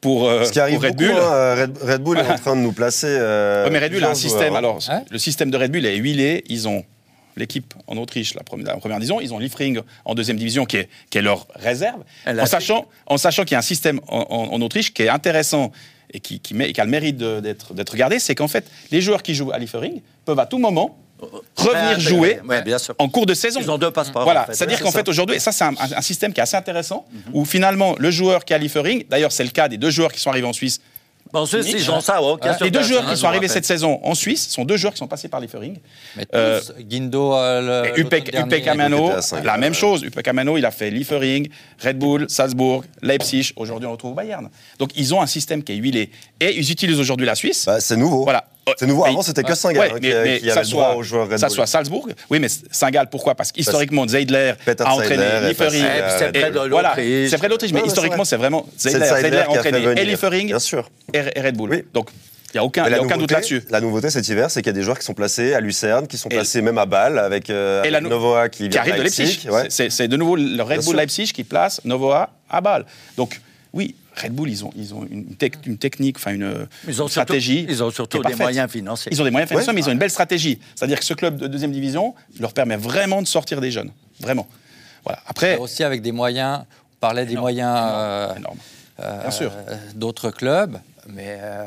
pour, euh, Ce qui arrive pour Red beaucoup, Bull hein, Red, Red Bull est en train de nous placer. euh, Ouais, mais Red Bull a un plusieurs système. joueurs, hein. Alors, Hein le système de Red Bull est huilé. Ils ont l'équipe en Autriche, la première, la première division. Ils ont Liefering en deuxième division, qui est, qui est leur réserve. Elle en a- sachant, en sachant qu'il y a un système en, en- en Autriche qui est intéressant et qui, qui, met- qui a le mérite de- d'être d'être regardé, c'est qu'en fait, les joueurs qui jouent à Liefering peuvent à tout moment revenir Ouais, jouer Oh, Ah, ouais, bien sûr. en cours de saison. Ils ont deux passeports. Voilà, en fait. c'est-à-dire Ouais, qu'en c'est fait aujourd'hui, et ça c'est un, un- un système qui est assez intéressant, où finalement le joueur qui a Liefering, d'ailleurs c'est le cas des deux joueurs qui sont arrivés en Suisse Bon, ceux, Mitch, ils ont ça. ouais, aucun les les super deux talent, joueurs Hein, je qui vous sont arrivés rappelle. cette saison en Suisse sont deux joueurs qui sont passés par Liefering. Mais tous, Euh, Guindo, euh, le. Upek, l'automne dernier, Upek Amano, était à cinq, la ouais. même chose. Upek Amano, il a fait Liefering, Red Bull, Salzbourg, Leipzig. Aujourd'hui, on retrouve Bayern. Donc, ils ont un système qui est huilé. Et ils utilisent aujourd'hui la Suisse. Bah, c'est nouveau. Voilà. C'est nouveau. Mais- Avant, c'était que Saint-Gall Ouais, hein, qui, mais- mais qui avait ça le droit soit- aux joueurs Red ça Bull. soit Salzbourg. Oui, mais Saint-Gall, pourquoi Parce qu'historiquement, Zeidler Peter a Zeidler entraîné est passé Liefering. à- Eh, c'est Et près de l'Autriche. voilà, c'est vrai l'Autriche, mais Ouais, ouais, historiquement, c'est c'est vraiment C'est Zeidler, Zeidler Zeidler a qui a fait entraîné venir. et Liefering Bien sûr. et et Red Bull. Oui. Donc, il n'y a aucun, Mais il y a la aucun doute nouveauté- là-dessus. La nouveauté cet hiver, c'est qu'il y a des joueurs qui sont placés à Lucerne, qui sont Et- placés même à Bâle, avec, euh, Et la avec nou- Novoa qui, vient qui arrive de Leipzig. ouais. C'est- C'est c'est de nouveau le Red Bien Bull sûr. Leipzig qui place Novoa à Bâle. Donc, oui, Red Bull, ils ont, ils ont une, tec- une technique, enfin une, Ils ont une surtout- stratégie. ils ont surtout qui est des parfaite. moyens financiers. Ils ont des moyens financiers, Ouais. mais ils ont une belle stratégie. C'est-à-dire que ce club de deuxième division leur permet vraiment de sortir des jeunes. Vraiment. Voilà. mais Ah, Après, Aussi avec des moyens. On parlait des Énorme, moyens. euh, énorme. euh, Bien sûr. d'autres clubs, mais euh,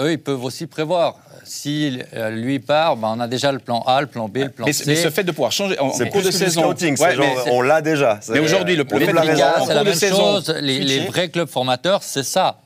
eux, ils peuvent aussi prévoir. Si euh, lui part, ben, on a déjà le plan A, le plan B, le plan Mais, C. mais ce fait de pouvoir changer en, en C'est cours plus que de du saison. scouting, c'est Ouais, genre, mais- on l'a déjà. C'est- mais aujourd'hui, le- on le est fait de la de Les raison. gars, en c'est cours la de même saison, chose. Les, les switcher. vrais clubs formateurs, c'est ça.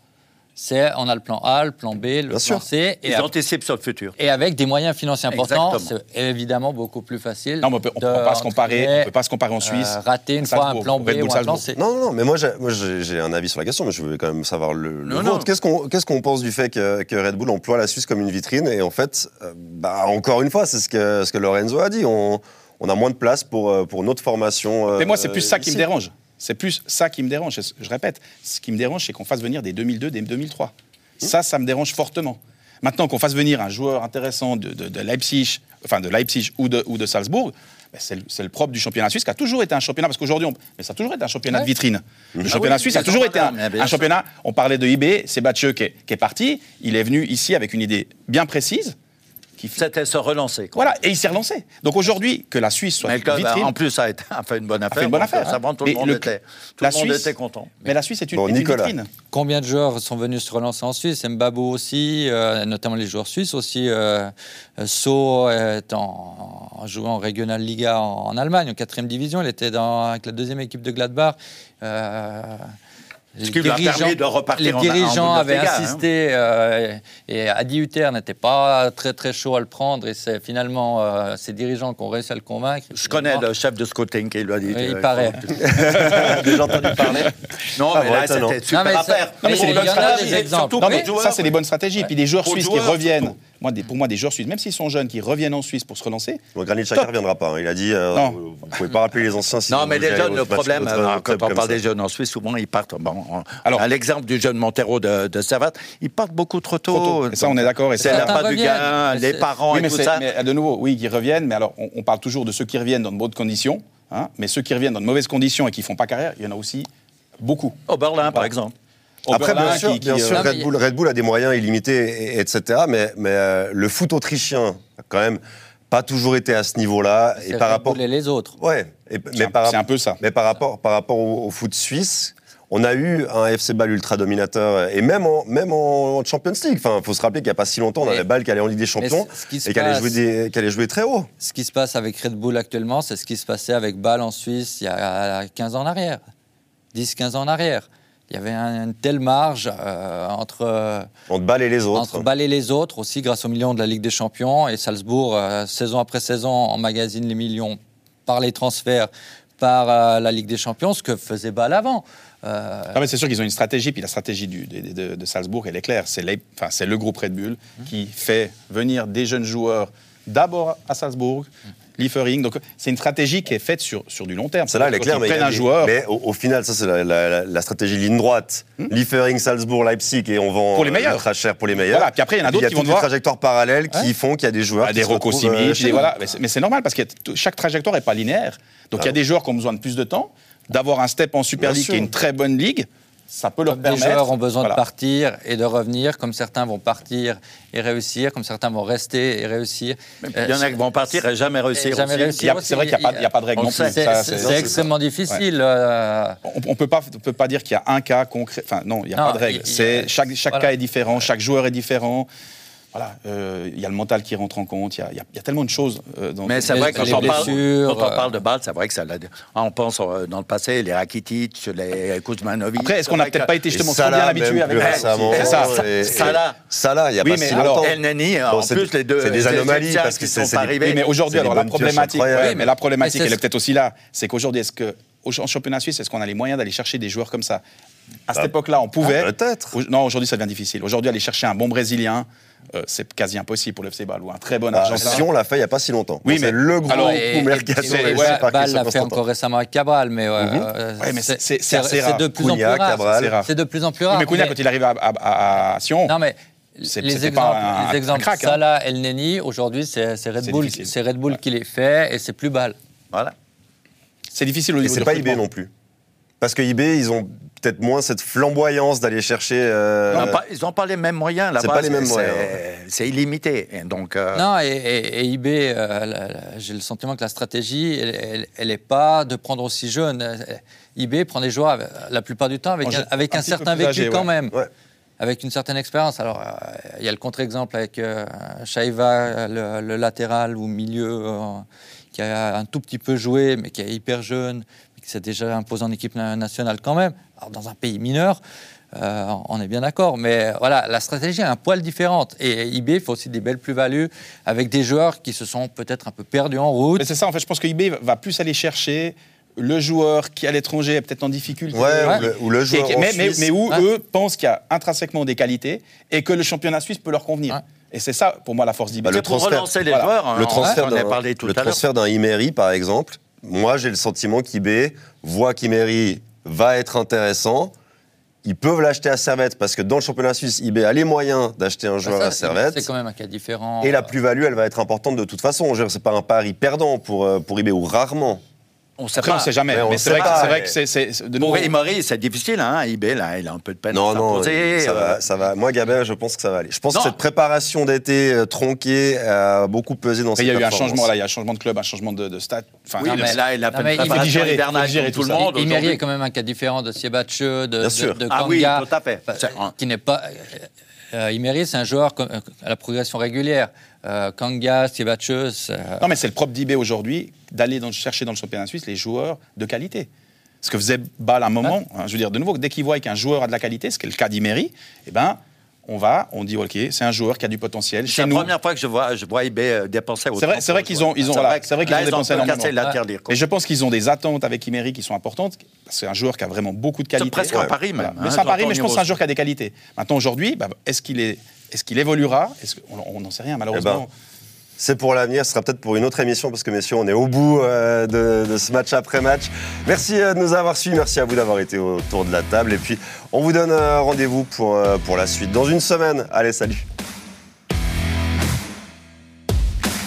C'est on a le plan A, le plan B, le plan sûr. C, et, Ils a- anticipent sur le futur. et avec des moyens financiers importants, Exactement. c'est évidemment beaucoup plus facile. Non, mais on peut- on de peut pas se comparer. entraîner, On peut pas se comparer en Suisse, euh, rater une fois un Salzbourg, plan Red B Bull ou un plan Salzbourg. C. Non, non, non, mais moi j'ai- moi, j'ai j'ai un avis sur la question, mais je veux quand même savoir le, le Non, vôtre. non. Qu'est-ce qu'on qu'est-ce qu'on pense du fait que, que Red Bull emploie la Suisse comme une vitrine Et en fait, euh, bah, encore une fois, c'est ce que, ce que Lorenzo a dit. On, on a moins de place pour, euh, pour notre formation. euh, Mais moi, c'est plus ça qui ici. me dérange. C'est plus ça qui me dérange. Je- Je répète, ce qui me dérange, c'est qu'on fasse venir des 2002, des 2003. Hein Ça, ça me dérange fortement. Maintenant qu'on fasse venir un joueur intéressant de, de- de Leipzig, enfin de Leipzig ou de, ou de Salzbourg, ben, c'est le, c'est le propre du championnat suisse qui a toujours été un championnat, parce qu'aujourd'hui, on- mais ça a toujours été un championnat de vitrine. Le championnat Ah oui, suisse a bien toujours sûr, été un, bien un sûr. championnat. On parlait de IB, c'est Batcheux qui, est- qui est parti. Il est venu ici avec une idée bien précise. Qui, C'était se relancer. quoi. voilà, et il s'est relancé. Donc aujourd'hui, que la Suisse soit Mais le club, vitrine. en plus, a, été- a fait une bonne affaire. fait une bonne donc, affaire, Ça hein. prend, tout Mais le monde, le- était, tout la le monde Suisse- était content. Mais la Suisse est une, Bon, est une Nicolas. vitrine. Combien de joueurs sont venus se relancer en Suisse Mbabo aussi, euh, notamment les joueurs suisses aussi. Euh, euh, So est en, en jouant en Regional Liga en, en Allemagne, en quatrième division. Il était dans, avec la deuxième équipe de Gladbach. Euh, Ce qui lui a permis de repartir les en- en dirigeants avaient Bundesliga, hein. insisté euh, et Adi Hutter n'était pas très très chaud à le prendre et c'est finalement euh, ces dirigeants qui ont réussi à le convaincre. Je connais le chef de scouting qui lui a dit. Oui, il euh, paraît. J'ai déjà entendu parler. Non, Ah mais bon, là, étonnant. c'était une super mais ça- affaire. mais c'est des bonnes bonne stratégies. Il y en a des exemples. Non, Oui, mais ça, c'est des bonnes stratégies. Puis des joueurs Pour suisses joueurs, qui reviennent. surtout. Moi, des- pour moi, des joueurs suisses, même s'ils sont jeunes, qui reviennent en Suisse pour se relancer. Bon, Granit Xhaka ne reviendra pas. hein. Il a dit euh, Non. vous ne pouvez pas rappeler les anciens. si Non, vous mais les voulez jeunes, aller le au match problème, contre euh, un club quand on comme parle ça. des jeunes en Suisse, souvent ils partent. Bon, on- Alors- à l'exemple du jeune Montero de, de Servat, ils partent beaucoup trop tôt. Trop tôt. Et ça, on est d'accord. Et Oh, C'est ça- la part du reviennent. gain, Mais les c'est- parents Oui, et mais tout c'est- ça. mais de nouveau, oui, qui reviennent. Mais alors, on, on parle toujours de ceux qui reviennent dans de bonnes conditions. hein, mais ceux qui reviennent dans de mauvaises conditions et qui font pas carrière, il y en a aussi beaucoup. Au Berlin, par Voilà. exemple. Après, Oberlin bien sûr, qui- bien qui, sûr, euh, Non, mais Red, Bull, Red Bull a des moyens illimités, et- et- etc. Mais, mais euh, le foot autrichien, a quand même, pas toujours été à ce niveau-là. Et C'est par Red rapport. Bull et les autres. Ouais, et- C'est mais, un- par, c'est un peu ça. mais par rapport, par rapport au, au foot suisse, on a eu un FC Ball ultra dominateur, euh, et même en, même en Champions League. Enfin, il faut se rappeler qu'il n'y a pas si longtemps, on Mais- avait Ball qui allait en Ligue des mais Champions ce- ce qui se et qui allait, passe- jouer des- qui allait jouer très haut. ce qui se passe avec Red Bull actuellement, c'est ce qui se passait avec Bâle en Suisse il y a 15 ans en arrière, 10-15 ans en arrière. Il y avait un- une telle marge euh, entre, euh, Entre Ball et les autres. entre Bâle et les autres, aussi grâce aux millions de la Ligue des Champions. Et Salzbourg, euh, saison après saison, emmagasine les millions par les transferts, par euh, la Ligue des Champions, ce que faisait Bâle avant. Euh, Ah, mais c'est sûr qu'ils ont une stratégie, puis la stratégie du- de, de- de Salzbourg, elle est claire. C'est les- enfin, c'est le groupe Red Bull Mmh. qui fait venir des jeunes joueurs d'abord à Salzbourg, Mmh. Liefering. Donc, c'est une stratégie qui est faite sur, sur du long terme. Celle-là, elle est Quand claire, ils mais, il y prennent a un des- joueur mais au, au final, ça, c'est la, la- la- la stratégie ligne droite. Liefering, Salzbourg, Leipzig, et on vend Hmm. Pour les euh, meilleurs. ultra cher pour les meilleurs. Voilà, puis après, il y en a d'autres qui toutes vont des devoir- trajectoires parallèles qui font qu'il y a des joueurs à qui des se Rocco retrouvent, euh, Simic, chez des- nous. voilà. Mais c'est- Mais c'est normal parce que t- chaque trajectoire n'est pas linéaire. Donc il y Ah a des joueurs qui ont besoin de plus de temps, d'avoir un step en Super Bien League sûr. qui est une très bonne ligue. Ça peut leur Des permettre. joueurs ont besoin voilà. de partir et de revenir, comme certains vont partir et réussir, comme certains vont rester et réussir. Euh, Il y en a qui vont partir et jamais réussir. jamais aussi. réussir. Il y a- C'est vrai qu'il n'y a, pas- il y a pas de règle On non le plus. sait. C'est Ça, c'est- c'est- c'est extrêmement difficile. euh, On ne peut pas, on peut pas dire qu'il y a un cas concret. Enfin, non, il n'y a Non, pas de règle. il- il- C'est chaque chaque voilà. cas est différent, chaque joueur est différent. Voilà, euh, il y a le mental qui rentre en compte. Il y a, il y a- il y a tellement de choses. euh, dans- Mais c'est Les- vrai, quand les on, parle, blessures, quand on euh, parle de balle, c'est vrai que ça l'a. Ah, On pense euh, dans le passé, les Rakitic, les Kuzmanovic. Après, est-ce qu'on n'a peut-être pas été justement Et trop bien Salah, habitué même avec plus Ouais, récemment, C'est ça. ça- et- et- ça- Salah. Salah, il n'y a Oui, pas mais si alors- longtemps. El Neni, Bon, en c'est- plus, les deux. c'est des les anomalies, Égyptiens parce que qui c'est- sont c'est des- arrivés. Oui, mais aujourd'hui, C'est alors des la bonnes pioches problématique, incroyables. ouais, mais la problématique, Mais c'est elle est ce- peut-être aussi là. C'est qu'aujourd'hui, est-ce que au- en championnat suisse, est-ce qu'on a les moyens d'aller chercher des joueurs comme ça À cette Ah, époque-là, on pouvait. ah, peut-être. Au- Non, aujourd'hui, ça devient difficile. Aujourd'hui, aller chercher un bon Brésilien, euh, c'est quasi impossible pour le FC Bâle ou un très bon Bah, Argentin. si on l'a fait il n'y a pas si longtemps. Oui, Bon, c'est mais- le gros alors, coup et- et- mercato et- c'est- réussi ouais, par Bâle Christophe l'a fait Constantin. encore récemment avec Cabral, mais, euh, euh, Mhm. Ouais, mais c'est- c'est- c'est c'est assez c'est de rare. plus en plus Cunha, rare. Cabral. C'est de plus en plus Oui, rare. mais Cunha, mais- quand il arrive à, à- à- à Sion, Non, mais C'est- les c'était exemples, pas un- les un exemples crack, hein. Salah, El Neni, aujourd'hui, c'est c'est Red C'est Bull, difficile. c'est Red Bull Ouais. qui les fait et c'est plus balle. Voilà. c'est difficile au Et niveau c'est du pas IB recrutement. non plus. Parce que IB, ils ont peut-être moins cette flamboyance d'aller chercher. euh, Ils n'ont pas, ils ont pas les mêmes moyens là-bas. c'est pas les mêmes c'est- moyens, c'est- C'est illimité. Et donc, euh, Non, et, et- et IB, euh, la- la- j'ai le sentiment que la stratégie, elle- elle elle est pas de prendre aussi jeune. Euh, IB prend des joueurs euh, la plupart du temps avec En un, gé- avec un un petit peu certain plus vécu âgé, quand ouais. même. Ouais. Avec une certaine expérience. Alors, euh, il y a le contre-exemple avec euh, Shaiva, le, le latéral ou milieu, euh, qui a un tout petit peu joué, mais qui est hyper jeune, mais qui s'est déjà imposé en équipe na- nationale quand même. Alors, dans un pays mineur, euh, on est bien d'accord. Mais voilà, la stratégie est un poil différente. Et IB fait aussi des belles plus-values avec des joueurs qui se sont peut-être un peu perdus en route. Mais c'est ça, en fait, je pense que eBay va plus aller chercher le joueur qui, à l'étranger, est peut-être en difficulté. Ouais, Ou, le, ou le Qui- joueur. qui- en mais, mais- Suisse. mais où Ouais. eux pensent qu'il y a intrinsèquement des qualités et que le championnat suisse peut leur convenir. Ouais. Et c'est ça, pour moi, la force d'IB. Bah, le c'est pour transfert- relancer les voilà. joueurs, le hein, on- transfert on en a d'un- parlé tout le à l'heure. transfert d'un Imeri, par exemple, moi j'ai le sentiment qu'IB voit qu'Imeri va être intéressant. Ils peuvent l'acheter à Servette parce que dans le championnat suisse, IB a les moyens d'acheter un joueur Ça, à C'est Servette. quand même un cas différent. Et la plus-value, elle va être importante de toute façon. Ce n'est pas un pari perdant pour, euh, pour IB, ou rarement. On sait Après, on pas. ne sait jamais. Mais on Mais sait c'est vrai, que- pas, c'est vrai mais- que c'est- c'est. c'est- De Pour nouveau, Imari, c'est difficile. Hein. IB, là, il a un peu de peine Non, à non, s'imposer. ça, euh, va, ça va. Moi, Gabin, je pense que ça va aller. Je pense Non. que cette préparation d'été euh, tronquée a beaucoup pesé dans après, cette il y a eu un performance. changement, là, il y a un changement de club, un changement de, de stade. Enfin, Oui, Non, mais, mais- là, il a non, pas mais il de faut préparation digérer, hivernale faut digérer comme tout tout le ça. monde. I- Imeri aujourd'hui. est quand même un cas différent de Siebatche, de, de, sûr. de Ah oui, Kanga. tout à fait. Enfin, C'est- qui n'est pas. euh, Imeri, c'est un joueur comme- euh, à la progression régulière. Euh, Kanga, Siebatche. c'est, euh, Non, mais c'est le propre d'IB aujourd'hui d'aller dans- chercher dans le championnat suisse les joueurs de qualité. Ce que faisait Bâle à un moment, hein, je veux dire, de nouveau, dès qu'il voit qu'un joueur a de la qualité, ce qui est le cas d'Imery, eh ben, on va, on dit, OK, c'est un joueur qui a du potentiel. C'est Chez la nous, première fois que je vois, je vois IB euh, dépenser autant. C'est vrai- c'est vrai pour qu'ils jouer. ont- ils ont- C'est voilà, vrai que c'est vrai qu'ils là, ont dépensé Ils ont un peu cassé énormément. l'interdire. quoi. Et je pense qu'ils ont des attentes avec Imery qui sont importantes. parce que C'est un joueur qui a vraiment beaucoup de qualités. presque un pari, même, Mais hein, c'est un pari, Zlatan mais je pense que c'est un Ibrahimovic. joueur qui a des qualités. Maintenant, aujourd'hui, bah, est-ce qu'il est, est-ce qu'il évoluera Est-ce qu'on- On n'en sait rien, malheureusement. C'est pour l'avenir, ce sera peut-être pour une autre émission, parce que messieurs, on est au bout euh, de, de ce match après match. Merci euh, de nous avoir suivis, merci à vous d'avoir été autour de la table, et puis on vous donne euh, rendez-vous pour, euh, pour la suite dans une semaine. Allez, salut